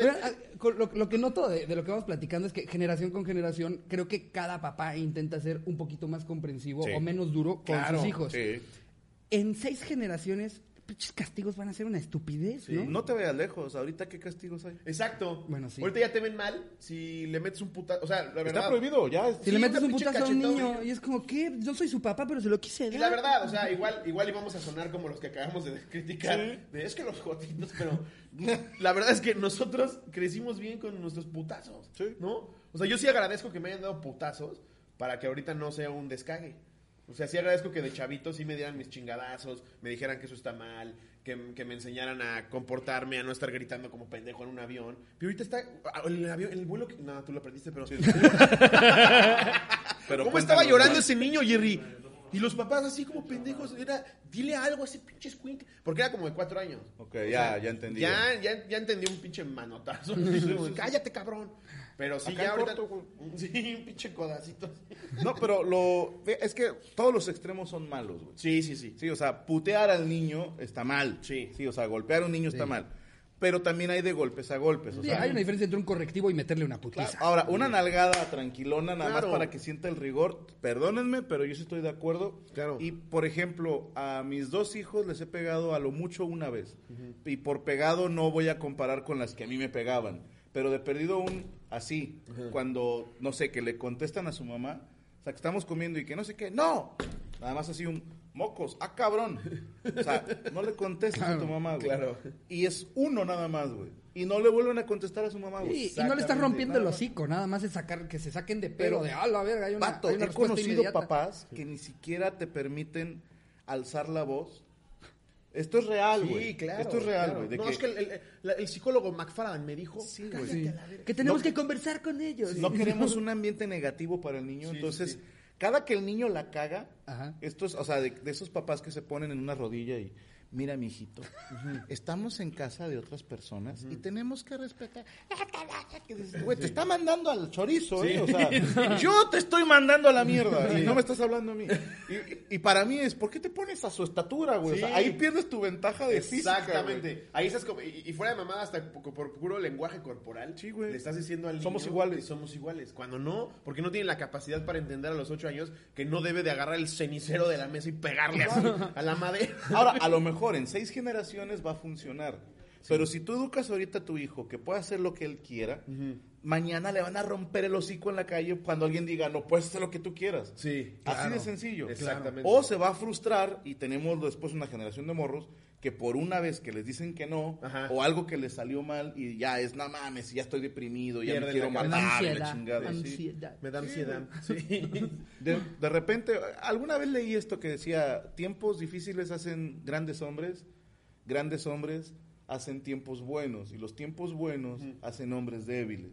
Speaker 1: Oigan, ah, con lo, lo que noto de, de lo que vamos platicando es que generación con generación, creo que cada papá intenta ser un poquito más comprensivo
Speaker 3: Sí.
Speaker 1: o menos duro con
Speaker 3: Claro,
Speaker 1: sus hijos.
Speaker 3: sí.
Speaker 1: En seis generaciones, pinches castigos van a ser una estupidez, ¿no?
Speaker 3: No te veas lejos. Ahorita, ¿qué castigos hay?
Speaker 2: Exacto.
Speaker 1: Bueno, sí.
Speaker 2: Ahorita ya te ven mal si le metes un puta... O sea, la verdad...
Speaker 3: Está prohibido, ya.
Speaker 1: Si le
Speaker 2: Sí,
Speaker 1: metes
Speaker 2: una
Speaker 1: un
Speaker 2: pinche
Speaker 1: putazo a un
Speaker 2: cachetada,
Speaker 1: niño y es como, ¿qué? Yo soy su papá, pero se lo quise dar.
Speaker 2: Y la verdad, o sea, igual, igual íbamos a sonar como los que acabamos de criticar. De, es que los jotitos, pero la verdad es que nosotros crecimos bien con nuestros putazos.
Speaker 3: Sí.
Speaker 2: ¿No? O sea, yo sí agradezco que me hayan dado putazos para que ahorita no sea un descague. O sea, sí agradezco que de chavito sí me dieran mis chingadazos, me dijeran que eso está mal, que, que me enseñaran a comportarme, a no estar gritando como pendejo en un avión. Pero ahorita está. ah, El, avión, el vuelo. que- No, tú lo aprendiste, pero.
Speaker 3: Pero
Speaker 2: ¿Cómo estaba
Speaker 3: cuéntanos,
Speaker 2: llorando
Speaker 3: güey.
Speaker 2: ese niño, Jerry? Y los papás así como pendejos, era, dile algo a ese pinche squink. Porque era como de cuatro años.
Speaker 3: Ok, ya, ya entendí.
Speaker 2: Ya, ya, ya entendí un pinche manotazo. así como, Cállate, cabrón. Pero sí,
Speaker 3: Acá
Speaker 2: ya
Speaker 3: en
Speaker 2: ahorita.
Speaker 3: corto,
Speaker 2: sí, un pinche codacito.
Speaker 3: No, pero lo... Es que todos los extremos son malos, güey.
Speaker 2: Sí, sí, sí.
Speaker 3: Sí, o sea, putear al niño está mal.
Speaker 2: Sí.
Speaker 3: Sí, o sea, golpear a un niño está mal. Pero también hay de golpes a golpes. O
Speaker 1: Sí,
Speaker 3: sea,
Speaker 1: hay una diferencia entre un correctivo y meterle una putiza.
Speaker 3: Ahora, una nalgada tranquilona nada
Speaker 2: Claro.
Speaker 3: más para que sienta el rigor. Perdónenme, pero yo sí estoy de acuerdo.
Speaker 2: Claro.
Speaker 3: Y, por ejemplo, a mis dos hijos les he pegado a lo mucho una vez. Y por pegado no voy a comparar con las que a mí me pegaban. Pero de perdido un así, cuando, no sé, que le contestan a su mamá, o sea, que estamos comiendo y que no sé qué, ¡no! Nada más así un, mocos, ¡ah, cabrón! O sea, no le contestas a tu mamá, güey.
Speaker 2: claro.
Speaker 3: Y es uno nada más, güey. Y no le vuelven a contestar a su mamá, güey.
Speaker 1: Sí, y no le estás
Speaker 2: Exactamente,
Speaker 1: rompiendo el
Speaker 3: nada más.
Speaker 1: hocico, nada más es sacar, que se saquen de
Speaker 3: Pero,
Speaker 1: pelo, de, ah, la verga, hay una,
Speaker 3: Vato,
Speaker 1: hay una
Speaker 3: he
Speaker 1: respuesta
Speaker 3: conocido
Speaker 1: inmediata".
Speaker 3: papás que ni siquiera te permiten alzar la voz. Esto es real, güey. Esto es real,
Speaker 2: claro.
Speaker 3: güey. de
Speaker 2: No,
Speaker 3: que-
Speaker 2: es que el, el- la- el psicólogo McFarland me dijo.
Speaker 3: Sí, güey.
Speaker 1: Sí. Que tenemos que conversar con ellos.
Speaker 3: No queremos un ambiente negativo para el niño.
Speaker 2: Sí,
Speaker 3: entonces,
Speaker 2: sí, sí.
Speaker 3: cada que el niño la caga,
Speaker 1: Ajá.
Speaker 3: estos, o sea, de, de esos papás que se ponen en una rodilla y. Mira, mijito, estamos en casa de otras personas y tenemos que respetar. Que dices, Güey, te está mandando al chorizo, ¿eh? O sea, yo te estoy mandando a la mierda y no me estás hablando a mí. Y, y para mí es, ¿por qué te pones a su estatura, güey? O sea,
Speaker 2: Sí.
Speaker 3: ahí pierdes tu ventaja de física.
Speaker 2: Exactamente.
Speaker 3: güey.
Speaker 2: Ahí estás como, y, y fuera de mamada hasta por, por puro lenguaje corporal.
Speaker 3: Sí, güey.
Speaker 2: Le estás diciendo al
Speaker 3: Somos
Speaker 2: niño
Speaker 3: iguales.
Speaker 2: que somos iguales. Cuando no, porque no tiene la capacidad para entender a los ocho años que no debe de agarrar el cenicero de la mesa y pegarle así a la madera.
Speaker 3: Ahora, a lo mejor en seis generaciones va a funcionar. Pero si tú educas ahorita a tu hijo que pueda hacer lo que él quiera, mañana le van a romper el hocico en la calle cuando alguien diga, no puedes hacer lo que tú quieras.
Speaker 2: Sí.
Speaker 3: Así de sencillo.
Speaker 2: Exactamente.
Speaker 3: O se va a frustrar y tenemos después una generación de morros que por una vez que les dicen que no,
Speaker 2: Ajá.
Speaker 3: o algo que les salió mal y ya es, no mames, ya estoy deprimido, ya me
Speaker 2: Pierden
Speaker 3: quiero
Speaker 2: la
Speaker 1: Me
Speaker 2: cabeza.
Speaker 1: da
Speaker 3: matar, y la
Speaker 1: ansiedad,
Speaker 3: chingada. sí.
Speaker 1: ansiedad.
Speaker 2: Me da ansiedad. Sí.
Speaker 3: De, de repente, alguna vez leí esto que decía, tiempos difíciles hacen grandes hombres, grandes hombres hacen tiempos buenos, y los tiempos buenos hacen hombres débiles.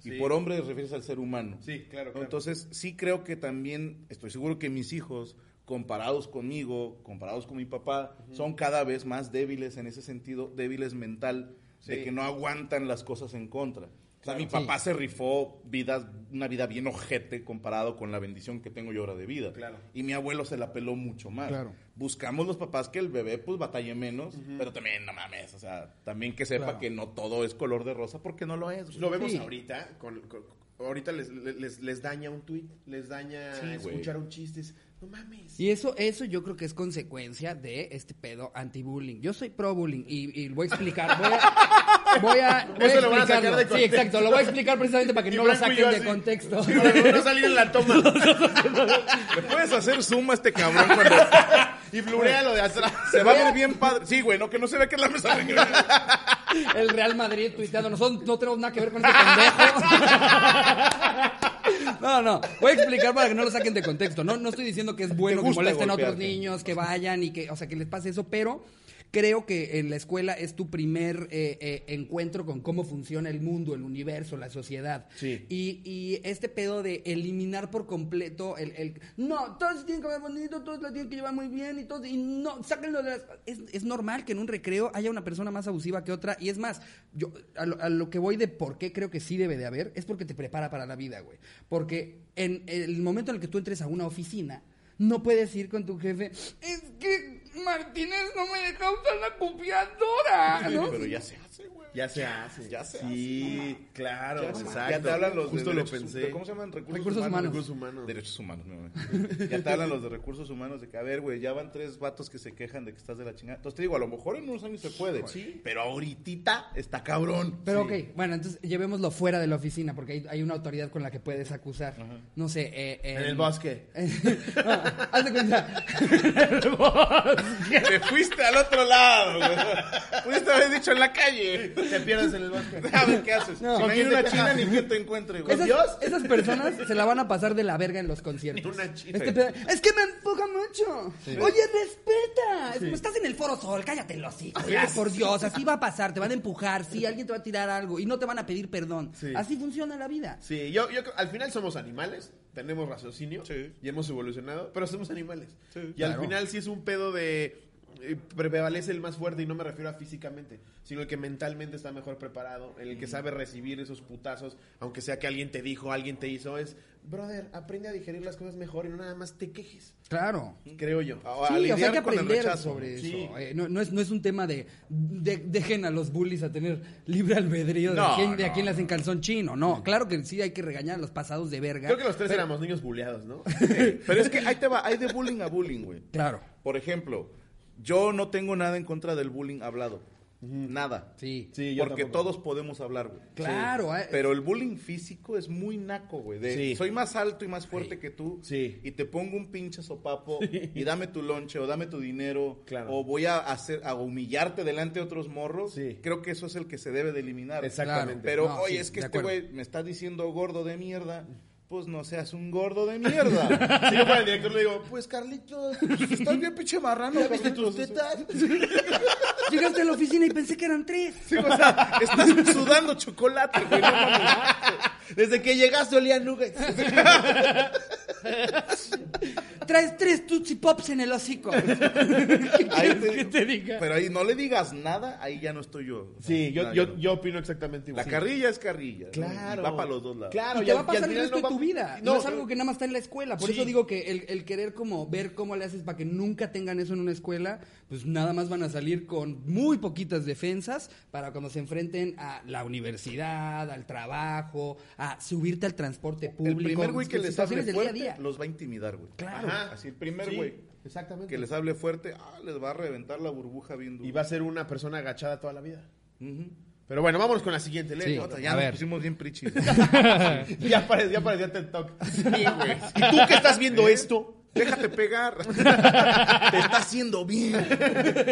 Speaker 2: Sí.
Speaker 3: Y por hombre refieres al ser humano.
Speaker 2: Sí, claro,
Speaker 3: ¿No?
Speaker 2: claro.
Speaker 3: Entonces, sí creo que también, estoy seguro que mis hijos, comparados conmigo, comparados con mi papá, son cada vez más débiles en ese sentido, débiles mental,
Speaker 2: Sí.
Speaker 3: de que no aguantan las cosas en contra. O sea, mi
Speaker 1: Sí.
Speaker 3: papá se rifó vidas, una vida bien ojete comparado con la bendición que tengo yo ahora de vida.
Speaker 2: Claro.
Speaker 3: Y mi abuelo se la peló mucho más.
Speaker 1: Claro.
Speaker 3: Buscamos los papás que el bebé pues batalle menos, pero también no mames, o sea, también que sepa
Speaker 1: Claro.
Speaker 3: que no todo es color de rosa porque no lo es. güey.
Speaker 2: Pues, Lo vemos
Speaker 1: Sí.
Speaker 2: ahorita. Con, con- ahorita les, les, les daña un tweet, les daña
Speaker 3: Sí, güey.
Speaker 2: escuchar un chiste. es, No mames.
Speaker 1: Y eso, eso yo creo que es consecuencia de este pedo anti-bullying. Yo soy pro-bullying y, y voy a explicar. Voy a, voy a, voy
Speaker 2: Eso lo van a
Speaker 1: explicarlo.
Speaker 2: sacar de
Speaker 1: Sí,
Speaker 2: contexto.
Speaker 1: exacto. Lo voy a explicar precisamente para que
Speaker 2: Y
Speaker 1: no lo
Speaker 2: Franco y yo
Speaker 1: saquen de
Speaker 2: así.
Speaker 1: contexto.
Speaker 2: Sí, para no salir en la toma.
Speaker 3: ¿Le puedes hacer zoom a este cabrón cuando
Speaker 2: y blurea lo de atrás.
Speaker 3: se va a ver bien padre? Sí, güey, no que no se vea que es la mesa. de-
Speaker 1: El Real Madrid tuiteando, nosotros no tenemos nada que ver con este ese pendejo. No, no, voy a explicar para que no lo saquen de contexto. No, no estoy diciendo que es bueno que
Speaker 3: gusta
Speaker 1: molesten a otros
Speaker 3: golpearte.
Speaker 1: niños, que vayan y que, o sea, que les pase eso, pero creo que en la escuela es tu primer eh, eh, encuentro con cómo funciona el mundo, el universo, la sociedad.
Speaker 2: Sí.
Speaker 1: Y, y este pedo de eliminar por completo el, el- no, todos se tienen que ver bonito, todos la tienen que llevar muy bien y todos, y no, sáquenlo de las... Es, es normal que en un recreo haya una persona más abusiva que otra y es más, yo a lo, a lo que voy de por qué creo que sí debe de haber es porque te prepara para la vida, güey. Porque en el momento en el que tú entres a una oficina, no puedes ir con tu jefe, es que Martínez no me dejó usar la copiadora, ¿no?
Speaker 3: Pero ya se hace, güey.
Speaker 2: Ya se hace.
Speaker 3: Ya se
Speaker 2: Sí, claro,
Speaker 3: Ya se-
Speaker 2: exacto.
Speaker 3: Ya te hablan los
Speaker 2: Justo
Speaker 3: de
Speaker 2: lo
Speaker 3: derechos-
Speaker 2: pensé.
Speaker 3: ¿Cómo se llaman? Recursos,
Speaker 1: Recursos humanos.
Speaker 2: Recursos humanos.
Speaker 3: Derechos humanos, mi mamá. Ya te hablan los de recursos humanos de que, a ver, güey, ya van tres vatos que se quejan de que estás de la chingada. Entonces te digo, a lo mejor en unos años se puede. Sí. Pero ahorita está cabrón.
Speaker 1: Pero ok, bueno, entonces llevémoslo fuera de la oficina porque hay, hay una autoridad con la que puedes acusar. No sé, eh,
Speaker 2: En el bosque.
Speaker 1: no, haz de cuenta.
Speaker 3: Te fuiste al otro lado, güey. Pudiste haber dicho en la calle.
Speaker 2: Te pierdes en el bosque.
Speaker 3: A ver qué haces.
Speaker 1: No.
Speaker 3: si no hay una china, ni que te encuentre, güey.
Speaker 1: Esas,
Speaker 2: Dios?
Speaker 1: esas personas se la van a pasar de la verga en los conciertos.
Speaker 2: Ni una china.
Speaker 1: Este pedo- es que me empuja mucho. Oye, respeta. Es- Estás en el foro sol, cállate en los hijos. Ya, por Dios, así va a pasar. Te van a empujar, sí, alguien te va a tirar algo y no te van a pedir perdón.
Speaker 2: Sí.
Speaker 1: Así funciona la vida.
Speaker 2: Sí, yo, yo creo- al final somos animales, tenemos raciocinio
Speaker 3: Sí.
Speaker 2: y hemos evolucionado, pero somos animales.
Speaker 3: Sí.
Speaker 2: y al final sí es un pedo de eh, prevalece el más fuerte y no me refiero a físicamente, sino el que mentalmente está mejor preparado, el que sabe recibir esos putazos, aunque sea que alguien te dijo, alguien te hizo, es, brother, aprende a digerir las cosas mejor y no nada más te quejes,
Speaker 1: Claro.
Speaker 2: creo yo.
Speaker 3: O a
Speaker 1: Sí, o sea, hay
Speaker 3: lidiar
Speaker 1: que
Speaker 3: con el
Speaker 1: aprender
Speaker 3: rechazo.
Speaker 1: sobre
Speaker 2: Sí.
Speaker 1: eso. Eh, no, no es, no es un tema de, de- dejen a los bullies a tener libre albedrío de,
Speaker 3: No,
Speaker 1: quién, de a
Speaker 3: no,
Speaker 1: quién le hacen calzón chino. No, claro que sí hay que regañar a los pasados de verga.
Speaker 2: Creo que los tres éramos niños buleados, ¿no?
Speaker 3: Pero es que ahí te va, hay de bullying a bullying, güey.
Speaker 1: Claro,
Speaker 3: Por ejemplo, yo no tengo nada en contra del bullying hablado. Nada.
Speaker 1: sí.
Speaker 2: Sí, yo
Speaker 3: Porque
Speaker 2: tampoco.
Speaker 3: todos podemos hablar, güey.
Speaker 1: Claro, eh.
Speaker 3: Pero el bullying físico es muy naco, güey. de,
Speaker 2: Sí.
Speaker 3: Soy más alto y más fuerte que tú.
Speaker 2: Sí.
Speaker 3: Y te pongo un pinche sopapo y dame tu lonche o dame tu dinero.
Speaker 2: Claro.
Speaker 3: O voy a hacer a humillarte delante de otros morros.
Speaker 2: Sí.
Speaker 3: Creo que eso es el que se debe de eliminar.
Speaker 2: Exactamente.
Speaker 3: Pero,
Speaker 1: No,
Speaker 3: oye,
Speaker 1: sí,
Speaker 3: es que
Speaker 1: de
Speaker 3: este
Speaker 1: acuerdo.
Speaker 3: güey me está diciendo gordo de mierda. Pues no seas un gordo de mierda.
Speaker 2: Si yo fuera el director le digo,
Speaker 4: Pues Carlitos,
Speaker 3: Estás bien pinche marrano.
Speaker 4: ¿ya viste
Speaker 3: cabrón.
Speaker 4: tus tetas?
Speaker 2: ¿eh?
Speaker 1: Llegaste a la oficina y pensé que eran tres.
Speaker 3: Sí, o sea, estás sudando chocolate, güey. no mames.
Speaker 4: desde que llegaste olía a nuggets.
Speaker 1: Traes tres Tootsie Pops en el hocico. ¿Qué
Speaker 3: Ahí
Speaker 1: quieres que te diga?
Speaker 3: Pero ahí no le digas nada, ahí ya no estoy yo. O sea,
Speaker 2: sí, yo,
Speaker 3: no,
Speaker 2: yo,
Speaker 3: ya no.
Speaker 2: yo opino exactamente igual.
Speaker 3: La carrilla es carrilla. ¿no?
Speaker 2: Claro.
Speaker 3: Y Va para los dos lados.
Speaker 2: Claro,
Speaker 1: Y
Speaker 2: y
Speaker 1: te
Speaker 2: al-
Speaker 1: va a
Speaker 2: y al
Speaker 1: pasar el
Speaker 2: final
Speaker 1: resto
Speaker 2: no
Speaker 1: de tu
Speaker 2: va-
Speaker 1: vida. No,
Speaker 2: no, eh,
Speaker 1: es algo que nada más está en la escuela. Por
Speaker 2: Sí.
Speaker 1: eso digo que el, el querer como ver cómo le haces para que nunca tengan eso en una escuela, pues nada más van a salir con muy poquitas defensas para cuando se enfrenten a la universidad, al trabajo, a subirte al transporte
Speaker 3: El
Speaker 1: público.
Speaker 3: primer güey que les hable
Speaker 1: situaciones del día a
Speaker 3: fuerte
Speaker 1: día.
Speaker 3: los va a intimidar, güey.
Speaker 1: Claro.
Speaker 2: Ajá.
Speaker 3: Así el primer
Speaker 2: Sí,
Speaker 3: güey
Speaker 2: Exactamente.
Speaker 3: que les hable fuerte, ah, les va a reventar la burbuja bien duro.
Speaker 2: Y va a ser una persona agachada toda la vida.
Speaker 3: Ujú.
Speaker 2: Pero bueno, vámonos con la siguiente, lee
Speaker 1: Sí.
Speaker 2: otra.
Speaker 3: Ya
Speaker 1: A
Speaker 3: nos
Speaker 1: ver.
Speaker 3: pusimos bien prichis.
Speaker 2: Ya apareció, ya apareció TED Talk.
Speaker 3: güey.
Speaker 2: ¿Y tú que estás viendo esto?
Speaker 3: Déjate pegar. Te está haciendo bien.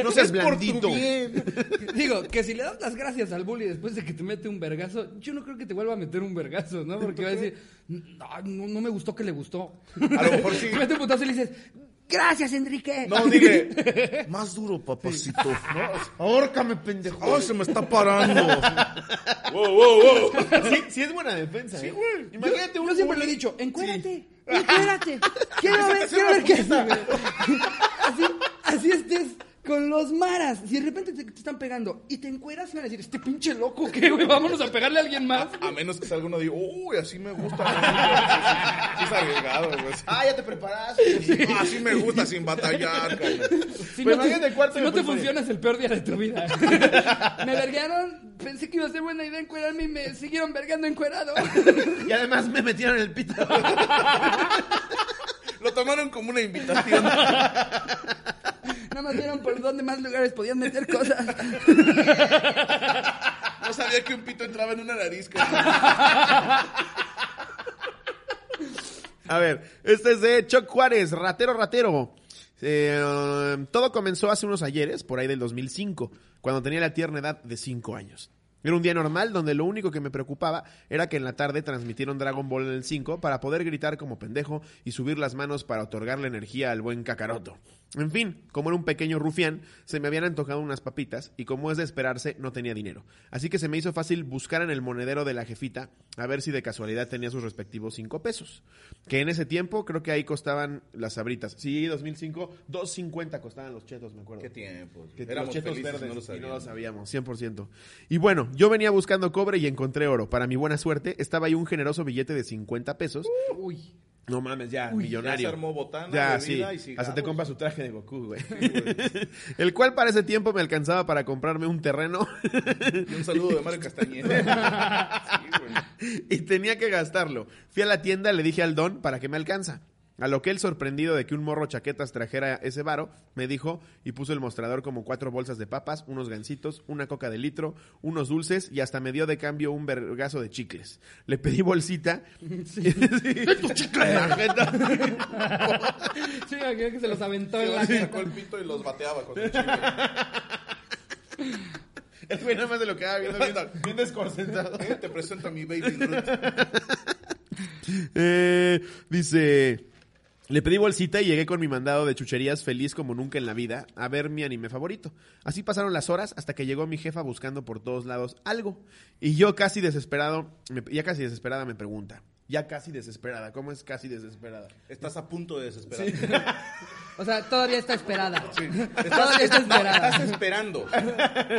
Speaker 3: No seas blandito.
Speaker 2: blandito.
Speaker 1: Digo, que si le das las gracias al bully después de que te mete un vergazo, yo no creo que te vuelva a meter un vergazo, ¿no? Porque va a decir, no, no, no me gustó que le gustó.
Speaker 3: A lo mejor sí.
Speaker 1: Te mete un putazo y le dices, gracias, Enrique.
Speaker 3: No, dile. Más duro, papacito. No,
Speaker 2: Ahórcame, pendejo.
Speaker 3: ¡Ay, se me está parando! ¡Wow, wow, wow!
Speaker 2: Sí, sí es buena defensa, ¿eh? Imagínate
Speaker 1: yo,
Speaker 2: un
Speaker 1: yo siempre le he
Speaker 2: bully-
Speaker 1: dicho, encuérate, encuérate. Quiero ver, quiero ver qué haces. Así, así estés con los maras. Si de repente te, te están pegando y te encueras, van a decir, este pinche loco, ¿qué, güey? Vámonos a pegarle a alguien más.
Speaker 3: A menos que salga uno diga, uy, así me gusta. Sí, sí, sí, es arriesgado, güey.
Speaker 4: Ah, ya te preparaste.
Speaker 3: Ah, Así me gusta sin batallar, carnal.
Speaker 1: Si
Speaker 2: Pues
Speaker 1: no te,
Speaker 2: imagínate el cuarto
Speaker 1: si
Speaker 2: de
Speaker 1: no te
Speaker 2: primaria.
Speaker 1: funciona es el peor día de tu vida. me vergaron, pensé que iba a ser buena idea encuerarme y me siguieron vergando encuerado.
Speaker 2: Y además me metieron el pito.
Speaker 3: Lo tomaron como una invitación.
Speaker 1: Nada más vieron por dónde más lugares podían meter cosas.
Speaker 3: No sabía que un pito entraba en una nariz. carnal.
Speaker 2: A ver, este es de Chuck Juárez, ratero, ratero.
Speaker 5: Eh, todo comenzó hace unos ayeres, por ahí del 2005, cuando tenía la tierna edad de 5 años. Era un día normal donde lo único que me preocupaba era que en la tarde transmitieron Dragon Ball en el 5 para poder gritar como pendejo y subir las manos para otorgarle energía al buen cacaroto. En fin, como era un pequeño rufián, se me habían antojado unas papitas y como es de esperarse, no tenía dinero. Así que se me hizo fácil buscar en el monedero de la jefita a ver si de casualidad tenía sus respectivos 5 pesos. Que en ese tiempo creo que ahí costaban las sabritas. Sí, 2005, 2.50 costaban los chetos, me acuerdo.
Speaker 3: ¿Qué tiempo?
Speaker 5: Que
Speaker 3: Éramos
Speaker 5: los chetos
Speaker 3: felices,
Speaker 5: verdes,
Speaker 3: no lo
Speaker 5: y no lo
Speaker 3: sabíamos.
Speaker 5: sabíamos, 100%. Y bueno, yo venía buscando cobre y encontré oro. Para mi buena suerte, estaba ahí un generoso billete de 50 pesos.
Speaker 1: Uy.
Speaker 5: No mames, ya,
Speaker 3: Ya se
Speaker 5: millonario.
Speaker 3: armó botana,
Speaker 5: Ya,
Speaker 3: bebida y
Speaker 5: sí.
Speaker 3: cigarros.
Speaker 5: Hasta te compras su traje de Goku, güey. El cual para ese tiempo me alcanzaba para comprarme un terreno
Speaker 3: Y un saludo de Mario Castañeda. Sí, güey.
Speaker 5: y tenía que gastarlo. Fui a la tienda, le dije al don para que me alcanza. A lo que él, sorprendido de que un morro chaquetas trajera ese varo, me dijo y puso el mostrador como cuatro bolsas de papas, unos gancitos, una coca de litro, unos dulces y hasta me dio de cambio un vergazo de chicles. Le pedí bolsita.
Speaker 1: Sí, aquel que se los aventó en la
Speaker 3: Se sacó el pito y los bateaba con su chicle.
Speaker 5: El güey nada más de lo que viendo, viendo, bien desconcentrado.
Speaker 3: Eh, Te presento a mi baby Groot.
Speaker 5: Eh, dice. Le pedí bolsita y llegué con mi mandado de chucherías feliz como nunca en la vida a ver mi anime favorito. Así pasaron las horas hasta que llegó mi jefa buscando por todos lados algo. Y yo casi desesperado, me- ya casi desesperada me pregunta. Ya casi desesperada, ¿cómo es casi desesperada?
Speaker 3: Estás a punto de desesperar.
Speaker 1: O sea, todavía está esperada.
Speaker 3: Estás,
Speaker 1: Todavía está
Speaker 3: no, estás
Speaker 1: esperada.
Speaker 3: esperando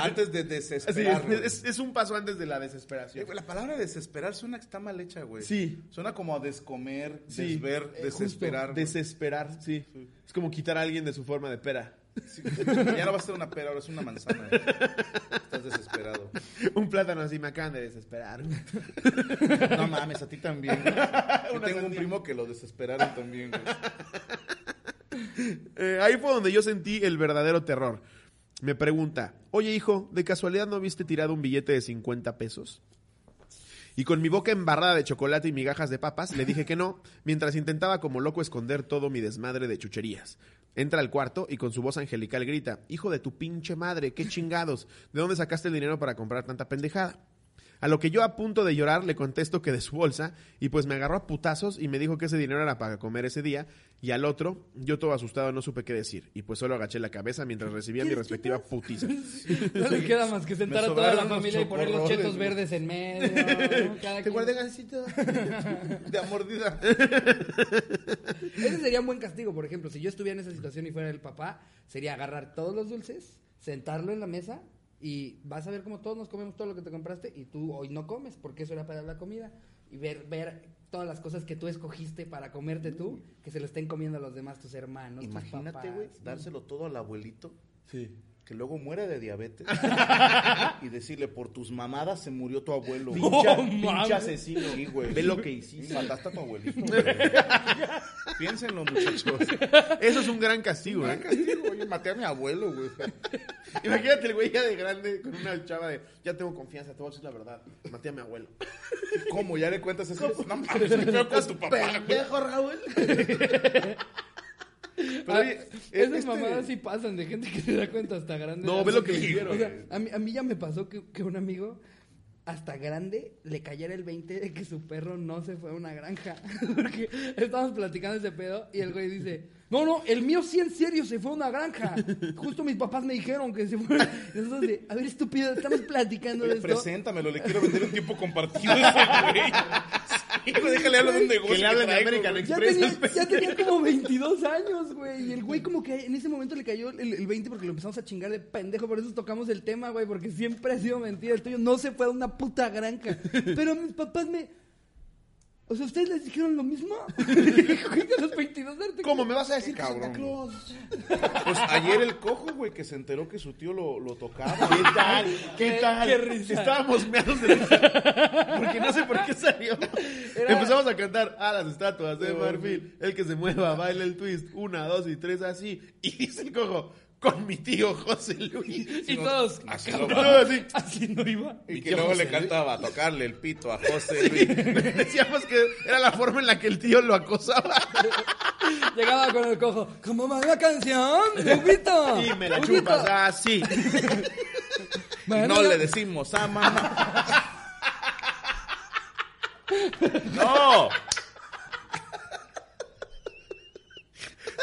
Speaker 3: antes de
Speaker 5: Así es,
Speaker 3: desesperar.
Speaker 5: es- es un paso antes de la desesperación.
Speaker 3: La palabra desesperar suena que está mal hecha, güey.
Speaker 5: Sí.
Speaker 3: Suena como a descomer,
Speaker 5: Sí.
Speaker 3: desver,
Speaker 5: Eh,
Speaker 3: desesperar. güey.
Speaker 5: Desesperar, sí. Es como quitar a alguien de su forma de pera.
Speaker 3: Sí. Ya no va a ser una pera, ahora es una manzana. güey. Estás desesperado.
Speaker 5: Un plátano así me acaban de desesperar.
Speaker 3: No mames, a ti también. güey. Yo tengo un primo que lo desesperaron también, güey.
Speaker 5: Eh, ahí fue donde yo sentí el verdadero terror. Me pregunta, oye hijo, ¿de casualidad no viste tirado un billete de 50 pesos? Y con mi boca embarrada de chocolate y migajas de papas, le dije que no, mientras intentaba como loco esconder todo mi desmadre de chucherías. Entra al cuarto y con su voz angelical grita, hijo de tu pinche madre, qué chingados, ¿de dónde sacaste el dinero para comprar tanta pendejada? A lo que yo a punto de llorar le contesto que de su bolsa y pues me agarró a putazos y me dijo que ese dinero era para comer ese día y al otro yo todo asustado no supe qué decir y pues solo agaché la cabeza mientras recibía mi respectiva putiza.
Speaker 1: No le queda más que sentar a toda
Speaker 3: sobraron
Speaker 1: la
Speaker 3: unos
Speaker 1: familia y poner los
Speaker 3: chocorroles,
Speaker 1: chetos
Speaker 3: güey.
Speaker 1: verdes en medio. ¿no? Cada
Speaker 5: Te
Speaker 1: quien.
Speaker 5: guardé gancito.
Speaker 3: De amordida.
Speaker 1: Ese sería un buen castigo, por ejemplo. Si yo estuviera en esa situación y fuera el papá, sería agarrar todos los dulces, sentarlo en la mesa y vas a ver cómo todos nos comemos todo lo que te compraste y tú hoy no comes porque eso era para la comida. Y ver, ver todas las cosas que tú escogiste para comerte tú, que se lo estén comiendo a los demás, tus hermanos, tus
Speaker 3: Imagínate,
Speaker 1: papás.
Speaker 3: güey, dárselo todo al abuelito. Que luego muera de diabetes. y decirle, por tus mamadas se murió tu abuelo.
Speaker 1: Pincha- pinche
Speaker 3: asesino. Sí, güey.
Speaker 5: Ve lo que hiciste.
Speaker 3: Mataste a tu abuelito. güey. Piénsenlo, muchachos.
Speaker 5: Eso es un gran castigo,
Speaker 3: Gran
Speaker 5: ¿eh?
Speaker 3: castigo, oye, maté a mi abuelo, güey.
Speaker 5: Imagínate el güey ya de grande con una chava de ya tengo confianza, te voy a decir la verdad. Maté a mi abuelo.
Speaker 3: ¿Cómo? ¿Ya le cuentas eso? No mames, me quedo con tu papá. güey.
Speaker 5: Pendejo, Raúl.
Speaker 1: Ah,
Speaker 5: oye,
Speaker 1: esas
Speaker 5: este-
Speaker 1: mamadas sí pasan de gente que se da cuenta hasta grande.
Speaker 5: No, ve lo que le hicieron,
Speaker 1: O sea, a, mí, a mí ya me pasó que, que un amigo hasta grande le cayera el 20 de que su perro no se fue a una granja. Porque estábamos platicando ese pedo y el güey dice, no, no, el mío sí en serio se fue a una granja. Justo mis papás me dijeron que se fueron. Entonces, de, a ver, estúpido, estamos platicando de
Speaker 3: Oye,
Speaker 1: esto.
Speaker 3: Preséntamelo, le quiero vender un tiempo compartido a ese güey. Sí, güey, déjale hablar de un negocio.
Speaker 5: Que le hablen de
Speaker 3: traigo,
Speaker 5: American
Speaker 3: güey.
Speaker 1: Ya
Speaker 5: Express
Speaker 1: tenía,
Speaker 5: al pe-
Speaker 1: ya tenía como 22 años, güey. Y el güey como que en ese momento le cayó el, el 20 porque lo empezamos a chingar de pendejo. Por eso tocamos el tema, güey. Porque siempre ha sido mentira. El tuyo no se fue a una puta granja. Pero mis papás me... O sea, ¿ustedes les dijeron lo mismo? Güey, a los 22 darte
Speaker 5: ¿Cómo me vas a decir que
Speaker 3: Cabrón.
Speaker 5: Santa Claus?
Speaker 3: Pues ayer el cojo, güey, que se enteró que su tío lo, lo tocaba.
Speaker 5: ¿Qué tal? ¿Qué
Speaker 1: Qué-
Speaker 5: tal?
Speaker 1: qué risa.
Speaker 5: Estábamos meados de risa. Porque no sé por qué salió.
Speaker 1: Era-
Speaker 5: Empezamos a cantar a las estatuas de marfil. El que se mueva, baila el twist. Una, dos y tres, así. Y dice el cojo.
Speaker 2: con mi tío José Luis.
Speaker 1: Y todos.
Speaker 3: Así
Speaker 2: Y
Speaker 3: lo
Speaker 2: todo
Speaker 3: va.
Speaker 2: así.
Speaker 1: Así no iba.
Speaker 3: Y
Speaker 2: Mi
Speaker 3: que
Speaker 2: tío
Speaker 3: luego
Speaker 2: José
Speaker 3: le cantaba a tocarle el pito a José Luis.
Speaker 2: Decíamos que era la forma en la que el tío lo acosaba.
Speaker 1: Llegaba con el cojo. ¿Cómo va la canción? Lupito.
Speaker 2: Y me la
Speaker 1: Lupito.
Speaker 5: ah,
Speaker 2: chupas así.
Speaker 1: Bueno,
Speaker 3: No le decimos a mamá. No.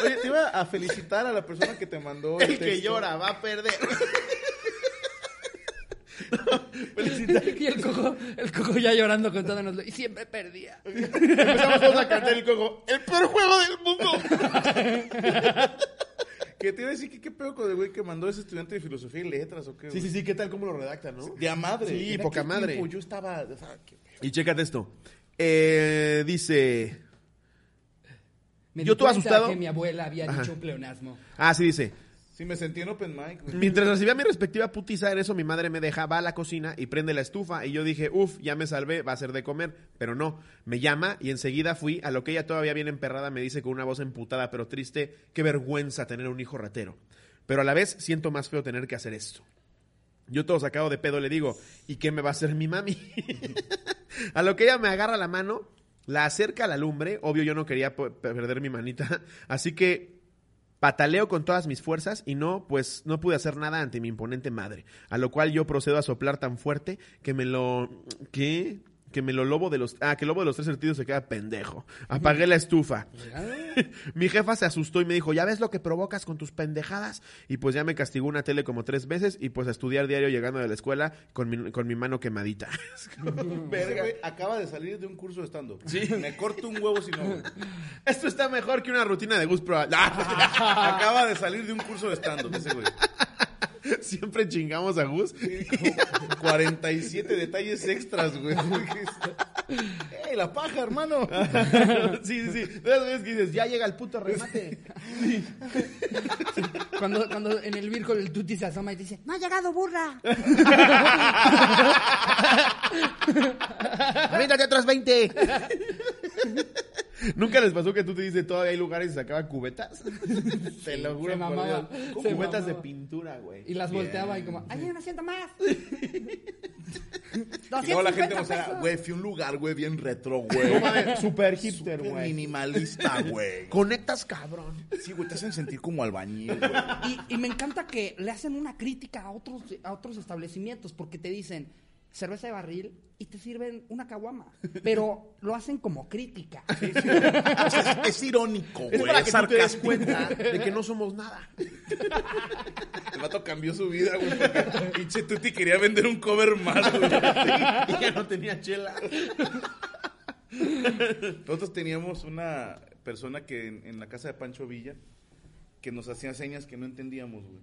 Speaker 3: Oye, te iba a felicitar a la persona que te mandó
Speaker 2: El que
Speaker 3: texto.
Speaker 2: llora va a perder.
Speaker 1: Y el cojo, el cojo ya llorando contándonoslo. Y siempre perdía.
Speaker 2: Empezamos todos a cantar el coco. El peor juego del mundo.
Speaker 3: Que te iba a decir que qué pedo con el güey que mandó ese estudiante de filosofía y letras o qué. güey?
Speaker 2: sí, ¿qué tal cómo lo redactan, no?
Speaker 3: De a madre.
Speaker 2: Sí,
Speaker 3: En
Speaker 2: poca
Speaker 3: aquel
Speaker 2: madre.
Speaker 3: tiempo Yo estaba. o sea, que-
Speaker 2: Y chécate esto. Eh, dice.
Speaker 1: Me
Speaker 2: Yo
Speaker 1: di
Speaker 2: todo
Speaker 1: cuenta
Speaker 2: asustado.
Speaker 1: que mi abuela había dicho un pleonasmo.
Speaker 2: Ah, sí, dice.
Speaker 3: Sí, me sentí en open mic. güey.
Speaker 2: Mientras recibía mi respectiva putiza, en eso mi madre me deja, va a la cocina y prende la estufa. Y yo dije, uff, ya me salvé, va a ser de comer. Pero no, me llama y enseguida fui, a lo que ella todavía bien emperrada me dice con una voz emputada pero triste, qué vergüenza tener un hijo ratero. Pero a la vez siento más feo tener que hacer esto. Yo todo sacado de pedo le digo, ¿y qué me va a hacer mi mami? a lo que ella me agarra la mano, la acerca a la lumbre, obvio yo no quería po- perder mi manita, así que Pataleo con todas mis fuerzas y no, pues, no pude hacer nada ante mi imponente madre, a lo cual yo procedo a soplar tan fuerte que me lo... ¿Qué? Que me lo lobo de los... Ah, que el lobo de los tres sentidos se queda pendejo. Apagué la estufa. Mi jefa se asustó y me dijo, ya ves lo que provocas con tus pendejadas. Y pues ya me castigó una tele como tres veces y pues a estudiar diario llegando de la escuela con mi, con mi mano quemadita.
Speaker 3: Ese güey acaba de salir de un curso de stand-up. Me corto un huevo si no. güey.
Speaker 2: Esto está mejor que una rutina de Gus Proa- Ah.
Speaker 3: Acaba de salir de un curso de stand-up ese güey.
Speaker 2: Siempre chingamos a Gus.
Speaker 3: 47 detalles extras, güey. ¡Ey, la paja, hermano!
Speaker 2: Ah, sí, sí, sí. De esas veces que dices, ya llega el puto remate.
Speaker 1: Cuando, cuando en el Virgo el Tuti se asoma y dice, no ha llegado burra.
Speaker 2: ¡Aviéntate otros 20! ¿Nunca les pasó que tú te dices todavía hay lugares y sacaban cubetas? te lo juro,
Speaker 1: se
Speaker 2: por
Speaker 1: mamaba,
Speaker 2: Dios.
Speaker 1: se
Speaker 2: Cubetas
Speaker 1: mamaba.
Speaker 2: de pintura, güey.
Speaker 1: Y las volteaba y como, ¡ay, hay una siento más!
Speaker 3: Y luego la gente,
Speaker 1: 250
Speaker 3: o sea,
Speaker 1: pesos.
Speaker 3: güey, fui a un lugar, güey, bien retro,
Speaker 2: No
Speaker 3: güey.
Speaker 2: mames, super hipster,
Speaker 3: Súper
Speaker 2: güey.
Speaker 3: minimalista, güey.
Speaker 2: Conectas, cabrón.
Speaker 3: Sí, güey, te hacen sentir como albañil, güey.
Speaker 1: Y, y me encanta que le hacen una crítica a otros, a otros establecimientos porque te dicen cerveza de barril y te sirven una caguama. Pero lo hacen como crítica.
Speaker 3: O sea, es, es irónico,
Speaker 2: Es
Speaker 3: güey.
Speaker 2: para
Speaker 3: Es,
Speaker 2: que tú te des
Speaker 3: sarcástico.
Speaker 2: cuenta de que no somos nada.
Speaker 3: El vato cambió su vida, güey. porque Pinche Tuti quería vender un cover más, güey.
Speaker 2: Y ya no tenía chela.
Speaker 3: Nosotros teníamos una persona que en, en la casa de Pancho Villa que nos hacía señas que no entendíamos, güey.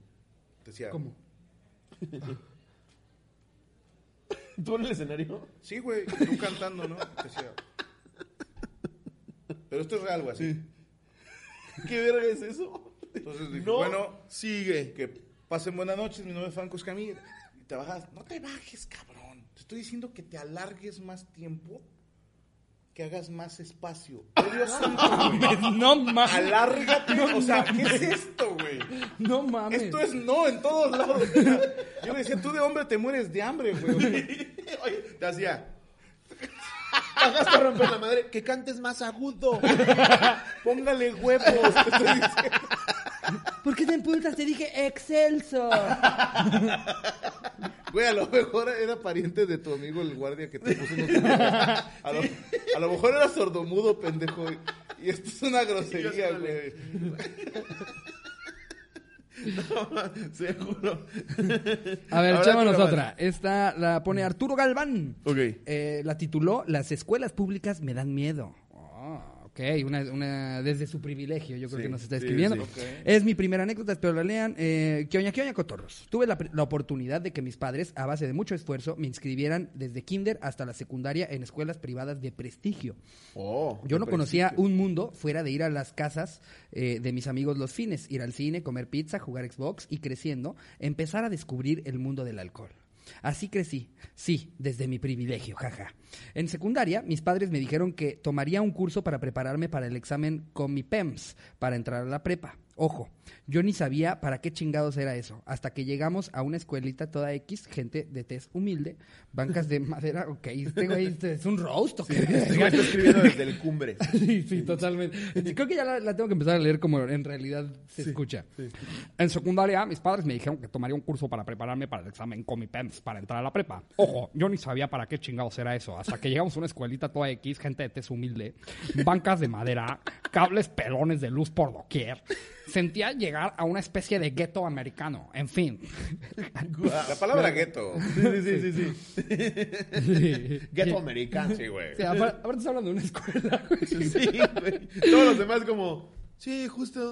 Speaker 3: Decía,
Speaker 1: ¿Cómo?
Speaker 2: ¿Tú en el escenario?
Speaker 3: Sí, güey, tú cantando, ¿no? Decía. Pero esto es real, güey. así.
Speaker 2: ¿Qué verga es eso?
Speaker 3: Entonces dije,
Speaker 2: No,
Speaker 3: bueno,
Speaker 2: sigue.
Speaker 3: que pasen buenas noches, mi nombre es Franco Escamilla. Y te bajas, no te bajes, cabrón. Te estoy diciendo que te alargues más tiempo, que hagas más espacio. Por Dios santo, güey.
Speaker 1: No mames.
Speaker 3: Alárgate, o sea, ¿qué es esto, güey?
Speaker 1: No mames.
Speaker 3: Esto es no en todos lados. O sea, Yo le decía, tú de hombre te mueres de hambre, güey.
Speaker 2: Oye, te hacía. Bajas a romper la madre. Que cantes más agudo.
Speaker 3: Póngale huevos. te estoy diciendo.
Speaker 1: ¿Por qué te emputas? Te dije, ¡excelso!
Speaker 3: Güey, a lo mejor era pariente de tu amigo el guardia que te puso en los a, lo, a lo mejor era sordomudo, pendejo. Y esto es una grosería, güey.
Speaker 2: Seguro.
Speaker 1: A ver,
Speaker 2: Ahora
Speaker 1: echémonos
Speaker 2: tú la
Speaker 1: otra. Esta la pone Arturo Galván.
Speaker 2: Ok.
Speaker 1: Eh, la tituló Las escuelas públicas me dan miedo. Ah, ok, una, una- desde su privilegio, yo creo
Speaker 2: Sí,
Speaker 1: que nos está
Speaker 2: sí,
Speaker 1: escribiendo.
Speaker 2: sí.
Speaker 1: Es mi primera anécdota, espero la lean. Eh, ¿Qué oña, qué oña, cotorros? Tuve la, pr- la oportunidad de que mis padres, a base de mucho esfuerzo, me inscribieran desde kinder hasta la secundaria en escuelas privadas de prestigio.
Speaker 2: Oh,
Speaker 1: Yo no conocía un mundo fuera de ir a las casas eh, de mis amigos los fines, ir al cine, comer pizza, jugar Xbox y creciendo, empezar a descubrir el mundo del alcohol. Así crecí, sí, desde mi privilegio, jaja. En secundaria, mis padres me dijeron que tomaría un curso para prepararme para el examen con mi PEMS, para entrar a la prepa. Ojo, yo ni sabía para qué chingados era eso, hasta que llegamos a una escuelita toda X, gente de tez humilde, bancas de madera, ok, este güey este es un roast, ¿o qué?
Speaker 2: Este güey está escribiendo desde el cumbre.
Speaker 1: Sí, sí, totalmente. Este, Creo que ya la, la tengo que empezar a leer como en realidad se escucha. En secundaria, mis padres me dijeron que tomaría un curso para prepararme para el examen Comipems para entrar a la prepa. Ojo, yo ni sabía para qué chingados era eso. Hasta que llegamos a una escuelita toda X, gente de tez humilde, bancas de madera, cables pelones de luz por doquier. Sentía llegar a una especie de gueto americano. En fin.
Speaker 3: La palabra gueto.
Speaker 2: Sí, sí, sí, sí. sí. Ghetto americano.
Speaker 3: Sí, güey.
Speaker 1: O sea, apar- aparte está hablando de una escuela, güey.
Speaker 2: Sí, güey. Todos los demás como, sí, justo.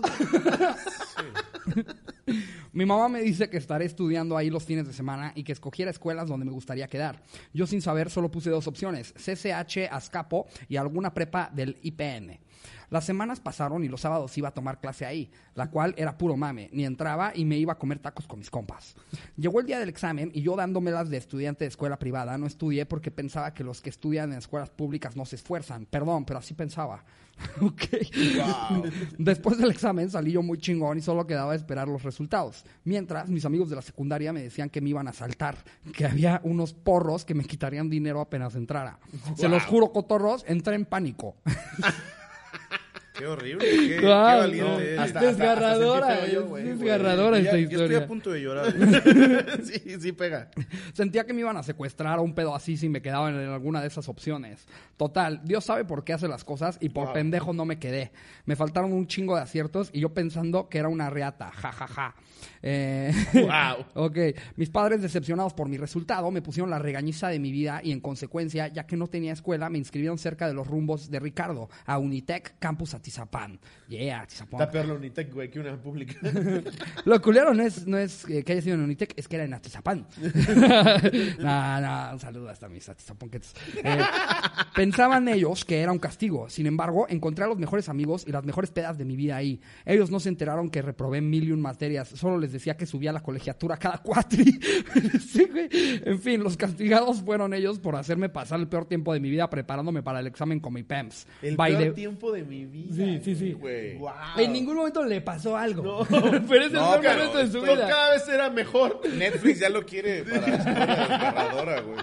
Speaker 1: Mi mamá me dice que estaré estudiando ahí los fines de semana y que escogiera escuelas donde me gustaría quedar. Yo sin saber solo puse dos opciones, CCH, Azcapo y alguna prepa del IPN. Las semanas pasaron y los sábados iba a tomar clase ahí, la cual era puro mame, ni entraba y me iba a comer tacos con mis compas. Llegó el día del examen y yo dándomelas de estudiante de escuela privada no estudié porque pensaba que los que estudian en escuelas públicas no se esfuerzan. Perdón, pero así pensaba. Ok. Después del examen salí yo muy chingón y solo quedaba esperar los resultados. Mientras, mis amigos de la secundaria me decían que me iban a saltar, que había unos porros que me quitarían dinero apenas entrara. Se los juro, cotorros, entré en pánico.
Speaker 3: Qué horrible. Qué, qué
Speaker 1: Guau,
Speaker 3: valiente
Speaker 1: no.
Speaker 3: eres.
Speaker 2: Hasta-
Speaker 1: desgarradora,
Speaker 2: hasta- hasta sentí feo yo,
Speaker 1: es
Speaker 2: güey,
Speaker 1: desgarradora
Speaker 3: Ya-
Speaker 1: esta
Speaker 3: Yo estoy
Speaker 1: historia.
Speaker 3: a punto de llorar. güey.
Speaker 2: sí, sí pega.
Speaker 1: Sentía que me iban a secuestrar a un pedo así si me quedaban en alguna de esas opciones. Total, Dios sabe por qué hace las cosas y por pendejo no me quedé. Me faltaron un chingo de aciertos y yo pensando que era una reata. Ja, ja, ja. Eh,
Speaker 2: Wow.
Speaker 1: ok, mis padres decepcionados por mi resultado me pusieron la regañiza de mi vida y en consecuencia, ya que no tenía escuela, me inscribieron cerca de los rumbos de Ricardo a Unitec Campus Atizapán. Yeah, Atizapán.
Speaker 2: Está peor la Unitec, güey, que una pública.
Speaker 1: Lo culero no es, no es eh, que haya sido en Unitec, es que era en Atizapán. no, no, un saludo hasta mis Atizaponquetes. Eh, pensaban ellos que era un castigo. Sin embargo, encontré a los mejores amigos y las mejores pedas de mi vida ahí. Ellos no se enteraron que reprobé mil y un materias. Solo les decía que subía a la colegiatura cada cuatri. Sí, güey. En fin, los castigados fueron ellos por hacerme pasar el peor tiempo de mi vida preparándome para el examen con mi PEMS.
Speaker 2: El
Speaker 1: By
Speaker 2: peor
Speaker 1: the-
Speaker 2: tiempo de mi vida.
Speaker 1: Sí, sí, sí.
Speaker 3: Güey.
Speaker 2: Wow.
Speaker 1: En ningún momento le pasó algo.
Speaker 2: No.
Speaker 1: Pero es el
Speaker 3: No,
Speaker 1: peor
Speaker 3: pero
Speaker 1: momento de su
Speaker 2: Pero
Speaker 1: vida.
Speaker 2: cada vez era mejor.
Speaker 3: Netflix ya lo quiere para historia desgarradora, güey.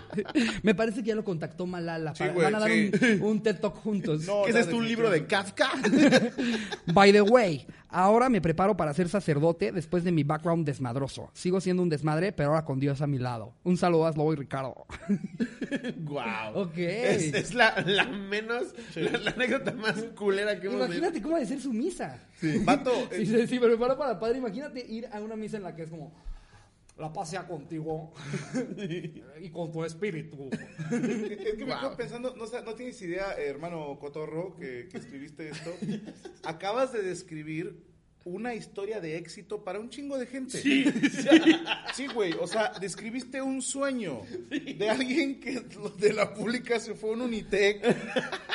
Speaker 1: Me parece que ya lo contactó Malala.
Speaker 3: Sí,
Speaker 1: para-
Speaker 3: güey,
Speaker 1: van a dar
Speaker 3: sí.
Speaker 1: un, un TED Talk juntos.
Speaker 3: No,
Speaker 2: ¿Qué es
Speaker 3: no,
Speaker 2: esto? ¿Un libro de Kafka?
Speaker 1: By the way, ahora me preparo para ser sacerdote después de mi background desmadroso. Sigo siendo un desmadre, pero ahora con Dios a mi lado. Un saludo a Slobo y Ricardo.
Speaker 2: wow.
Speaker 1: Ok.
Speaker 2: Es,
Speaker 3: Este
Speaker 2: es la, la menos, la, la anécdota más culera que hemos
Speaker 1: Imagínate cómo ha de ser su misa.
Speaker 3: Vato,
Speaker 1: Si se si me preparo para padre, imagínate ir a una misa en la que es como... La paz sea contigo y con tu espíritu.
Speaker 3: Es que me quedo pensando, no, sé, no tienes idea, eh, hermano Cotorro, que, que escribiste esto. Acabas de describir una historia de éxito para un chingo de gente. Sí, sí, güey. O sea, describiste un sueño de alguien que lo- de la pública se fue a un Unitec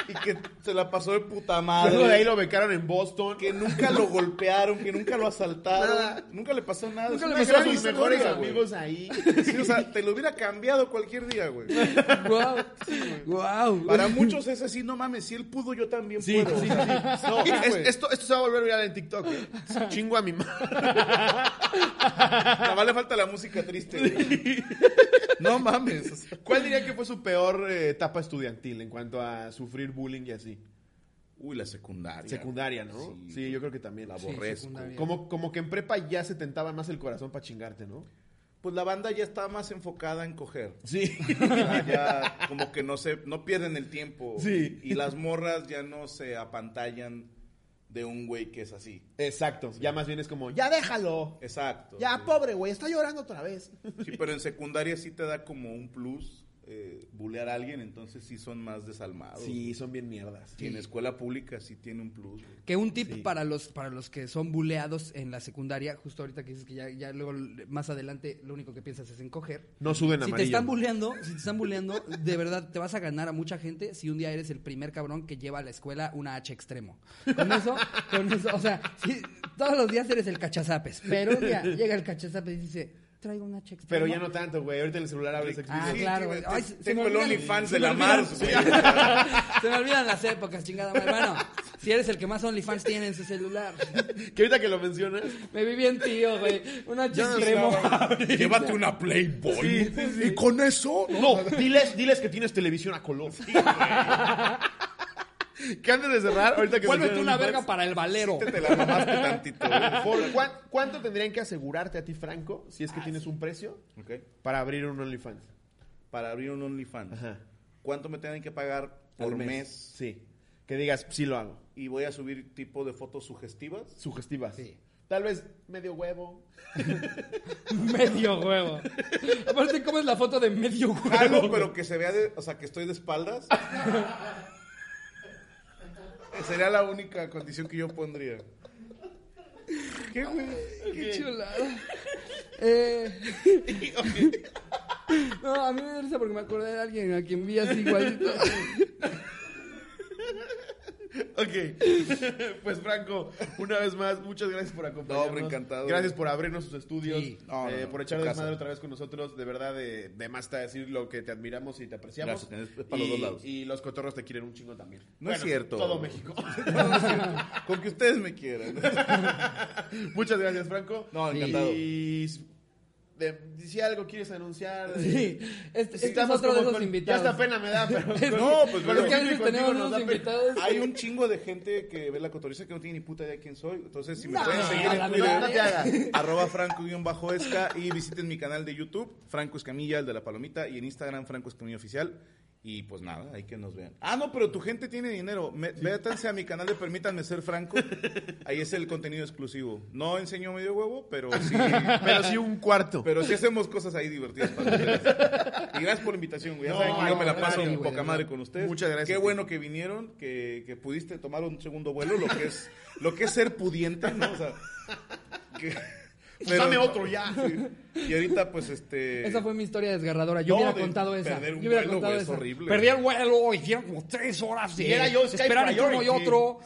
Speaker 3: y que se la pasó de puta
Speaker 2: vivido. Luego de ahí
Speaker 3: madre.
Speaker 2: lo becaron en Boston.
Speaker 3: Que nunca lo golpearon, que nunca lo asaltaron,
Speaker 2: Nada.
Speaker 3: nunca le pasó nada.
Speaker 1: Nunca
Speaker 3: Es
Speaker 1: le
Speaker 3: una
Speaker 1: pasó a
Speaker 2: Eran
Speaker 3: gran
Speaker 2: mis mejores
Speaker 3: historia, güey.
Speaker 2: amigos ahí.
Speaker 3: Sí, o sea, te lo hubiera cambiado cualquier día, güey.
Speaker 1: Guau. Guau.
Speaker 3: Para muchos es así, no mames, si él pudo, yo también
Speaker 2: Sí,
Speaker 3: puedo.
Speaker 2: sí, sí.
Speaker 3: No,
Speaker 2: Es-
Speaker 3: güey.
Speaker 2: esto, esto se va a volver viral en TikTok. güey. Chingo a mi madre.
Speaker 3: Nada más le falta la música triste. güey. No mames.
Speaker 2: ¿Cuál diría que fue su peor eh, etapa estudiantil en cuanto a sufrir bullying y así?
Speaker 3: Uy, la secundaria.
Speaker 2: Secundaria, ¿no? Sí, yo creo que también.
Speaker 3: la
Speaker 2: Sí,
Speaker 3: aborrezco.
Speaker 1: secundaria.
Speaker 2: Como, como que en prepa ya se tentaba más el corazón para chingarte, ¿no?
Speaker 3: Pues la banda ya está más enfocada en coger.
Speaker 2: Sí.
Speaker 3: O sea, ya como que no se, no pierden el tiempo.
Speaker 2: Sí.
Speaker 3: Y las morras ya no se apantallan de un güey que es así.
Speaker 2: Exacto. Ya más bien es como, ya déjalo.
Speaker 3: Exacto.
Speaker 4: Ya, pobre, güey, está llorando otra vez.
Speaker 3: Sí, pero en secundaria sí te da como un plus eh, bulear a alguien, entonces sí son más desalmados.
Speaker 2: Sí, son bien mierdas.
Speaker 3: Y en escuela pública sí tiene un plus. güey.
Speaker 1: Que un tip para los para los que son buleados en la secundaria, justo ahorita que dices que ya, ya luego más adelante lo único que piensas es en coger.
Speaker 2: No suden
Speaker 1: Si te
Speaker 2: amarillo.
Speaker 1: están buleando, si te están buleando, de verdad te vas a ganar a mucha gente si un día eres el primer cabrón que lleva a la escuela una H extremo. Con eso, con eso, o sea, si- todos los días eres el cachazapes, pero un día llega el cachazapes y dice, traigo una H extremo.
Speaker 2: Pero ya no tanto, güey. Ahorita en el celular abres
Speaker 1: Ah,
Speaker 2: Xvideos.
Speaker 1: claro,
Speaker 3: tiene-
Speaker 1: güey. Ay, se- se me
Speaker 3: Tengo el
Speaker 1: olvidan-
Speaker 3: OnlyFans
Speaker 1: se
Speaker 3: de
Speaker 1: me
Speaker 3: la
Speaker 1: olvidan.
Speaker 3: Mars, güey.
Speaker 1: Se me olvidan las épocas, chingada madre. Bueno, Si eres el que más OnlyFans tiene en su celular.
Speaker 5: Que ahorita que lo mencionas.
Speaker 1: Me vi bien tío, güey. Una
Speaker 5: Yo no
Speaker 1: chiscremo.
Speaker 3: Llévate una Playboy.
Speaker 5: Sí, sí, sí.
Speaker 3: Y con eso, no.
Speaker 5: No, diles, diles que tienes televisión a color. que antes de cerrar, ahorita que
Speaker 1: Vuélvete una
Speaker 5: mencionas OnlyFans,
Speaker 1: verga para el valero.
Speaker 3: Te la mamaste tantito. güey.
Speaker 5: Por- ¿cuán- ¿Cuánto tendrían que asegurarte a ti, Franco, si
Speaker 3: Ah,
Speaker 5: es que tienes un precio
Speaker 3: Ok.
Speaker 5: para abrir un OnlyFans?
Speaker 3: Para abrir un OnlyFans.
Speaker 5: Ajá.
Speaker 3: ¿Cuánto me tienen que pagar por
Speaker 5: Al
Speaker 3: mes?
Speaker 5: Sí. Que digas, sí lo hago.
Speaker 3: Y voy a subir tipo de fotos sugestivas.
Speaker 5: Sugestivas.
Speaker 1: Sí.
Speaker 5: Tal vez medio huevo.
Speaker 1: Medio huevo. Aparte, ¿cómo es la foto de medio huevo?
Speaker 3: Jalo, pero que se vea, de- o sea, que estoy de espaldas. Sería la única condición que yo pondría. ¿Qué, güey?
Speaker 1: Qué chulada. Eh, no, a mí me da risa porque me acordé de alguien a quien vi así igualito.
Speaker 5: Ok. pues, Franco, una vez más, muchas gracias por acompañarnos.
Speaker 3: No, hombre, encantado.
Speaker 5: Gracias por abrirnos sus estudios.
Speaker 1: Sí.
Speaker 3: No, no,
Speaker 5: eh,
Speaker 3: no,
Speaker 5: por
Speaker 3: tu
Speaker 5: echar
Speaker 3: casa.
Speaker 5: desmadre otra vez con nosotros. De verdad, de, de más está decir lo que te admiramos y te apreciamos.
Speaker 3: Gracias, es para los
Speaker 5: Y-
Speaker 3: dos lados.
Speaker 5: Y los cotorros te quieren un chingo también.
Speaker 3: No es cierto.
Speaker 5: Todo México.
Speaker 3: Con que ustedes me quieran.
Speaker 5: Muchas gracias, Franco.
Speaker 3: No, encantado.
Speaker 5: Y de- si algo quieres anunciar. de-
Speaker 1: Sí. Este, este es
Speaker 5: Necesitamos
Speaker 1: otro de
Speaker 5: como
Speaker 1: esos
Speaker 5: con-
Speaker 1: invitados.
Speaker 5: Ya hasta pena me da, pero.
Speaker 3: No, pues, pero
Speaker 5: con lo
Speaker 1: Porque
Speaker 5: que
Speaker 1: a
Speaker 5: hago y
Speaker 1: veces
Speaker 5: contigo
Speaker 1: tenemos
Speaker 5: nos da
Speaker 1: unos
Speaker 5: pena.
Speaker 1: invitados.
Speaker 3: Hay un chingo de gente que ve la cotoriza que no tiene ni puta idea quién soy. Entonces, si me
Speaker 1: No,
Speaker 3: pueden seguir
Speaker 1: la
Speaker 3: en Twitter,
Speaker 1: verdad, no te
Speaker 5: hagas.
Speaker 3: arroba franco-esca y visiten mi canal de YouTube, Franco Escamilla, el de la palomita, y en Instagram, Franco Escamilla Oficial. Y pues nada, hay que nos vean. Ah, no, pero tu gente tiene dinero. Me- Vétanse a mi canal de Permítanme Ser Franco. Ahí es el contenido exclusivo. No enseño medio huevo, pero sí,
Speaker 5: Pero sí un cuarto.
Speaker 3: pero sí hacemos cosas ahí divertidas para ustedes. Y gracias por la invitación, güey. Ya
Speaker 5: No,
Speaker 3: saben que yo me la
Speaker 5: al
Speaker 3: paso
Speaker 5: contrario,
Speaker 3: un
Speaker 5: güey,
Speaker 3: poca madre con ustedes.
Speaker 5: Muchas gracias
Speaker 3: Qué
Speaker 5: a ti.
Speaker 3: bueno que vinieron, que, que pudiste tomar un segundo vuelo, lo que es, lo que es ser pudiente, ¿no? O sea, que-
Speaker 5: Pues dame otro ya.
Speaker 3: Sí. Y ahorita, pues, este...
Speaker 1: Esa fue mi historia desgarradora. Yo
Speaker 3: No,
Speaker 1: hubiera
Speaker 3: de
Speaker 1: contado esa.
Speaker 3: perder un
Speaker 1: yo hubiera
Speaker 3: vuelo,
Speaker 1: contado
Speaker 3: güey, es
Speaker 1: esa.
Speaker 3: horrible.
Speaker 1: Perdí el vuelo, hicieron como tres horas de
Speaker 5: Y era yo, Sky
Speaker 1: esperar entre uno y
Speaker 5: Priority.
Speaker 1: otro.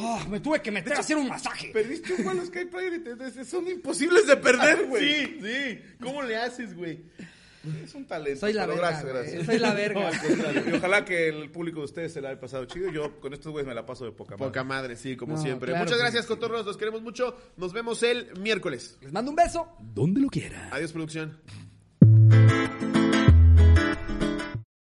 Speaker 1: Ah, me tuve que meter a hacer un masaje.
Speaker 3: Perdiste un vuelo Sky Pirate, entonces son imposibles de perder, güey.
Speaker 5: Sí, sí. ¿Cómo le haces, güey?
Speaker 3: Es un talento.
Speaker 1: Soy la
Speaker 3: pero
Speaker 1: verga.
Speaker 3: Gracias,
Speaker 1: güey.
Speaker 3: gracias.
Speaker 1: Soy la verga.
Speaker 3: Y ojalá que el público de ustedes se la haya pasado chido. Yo con estos güeyes me la paso de poca madre.
Speaker 5: Poca madre, sí, como
Speaker 1: No,
Speaker 5: siempre.
Speaker 1: claro
Speaker 5: Muchas
Speaker 1: que
Speaker 5: gracias, Cotorros. Los queremos mucho. Nos vemos el miércoles.
Speaker 1: Les mando un beso.
Speaker 6: Donde lo quiera.
Speaker 5: Adiós, producción.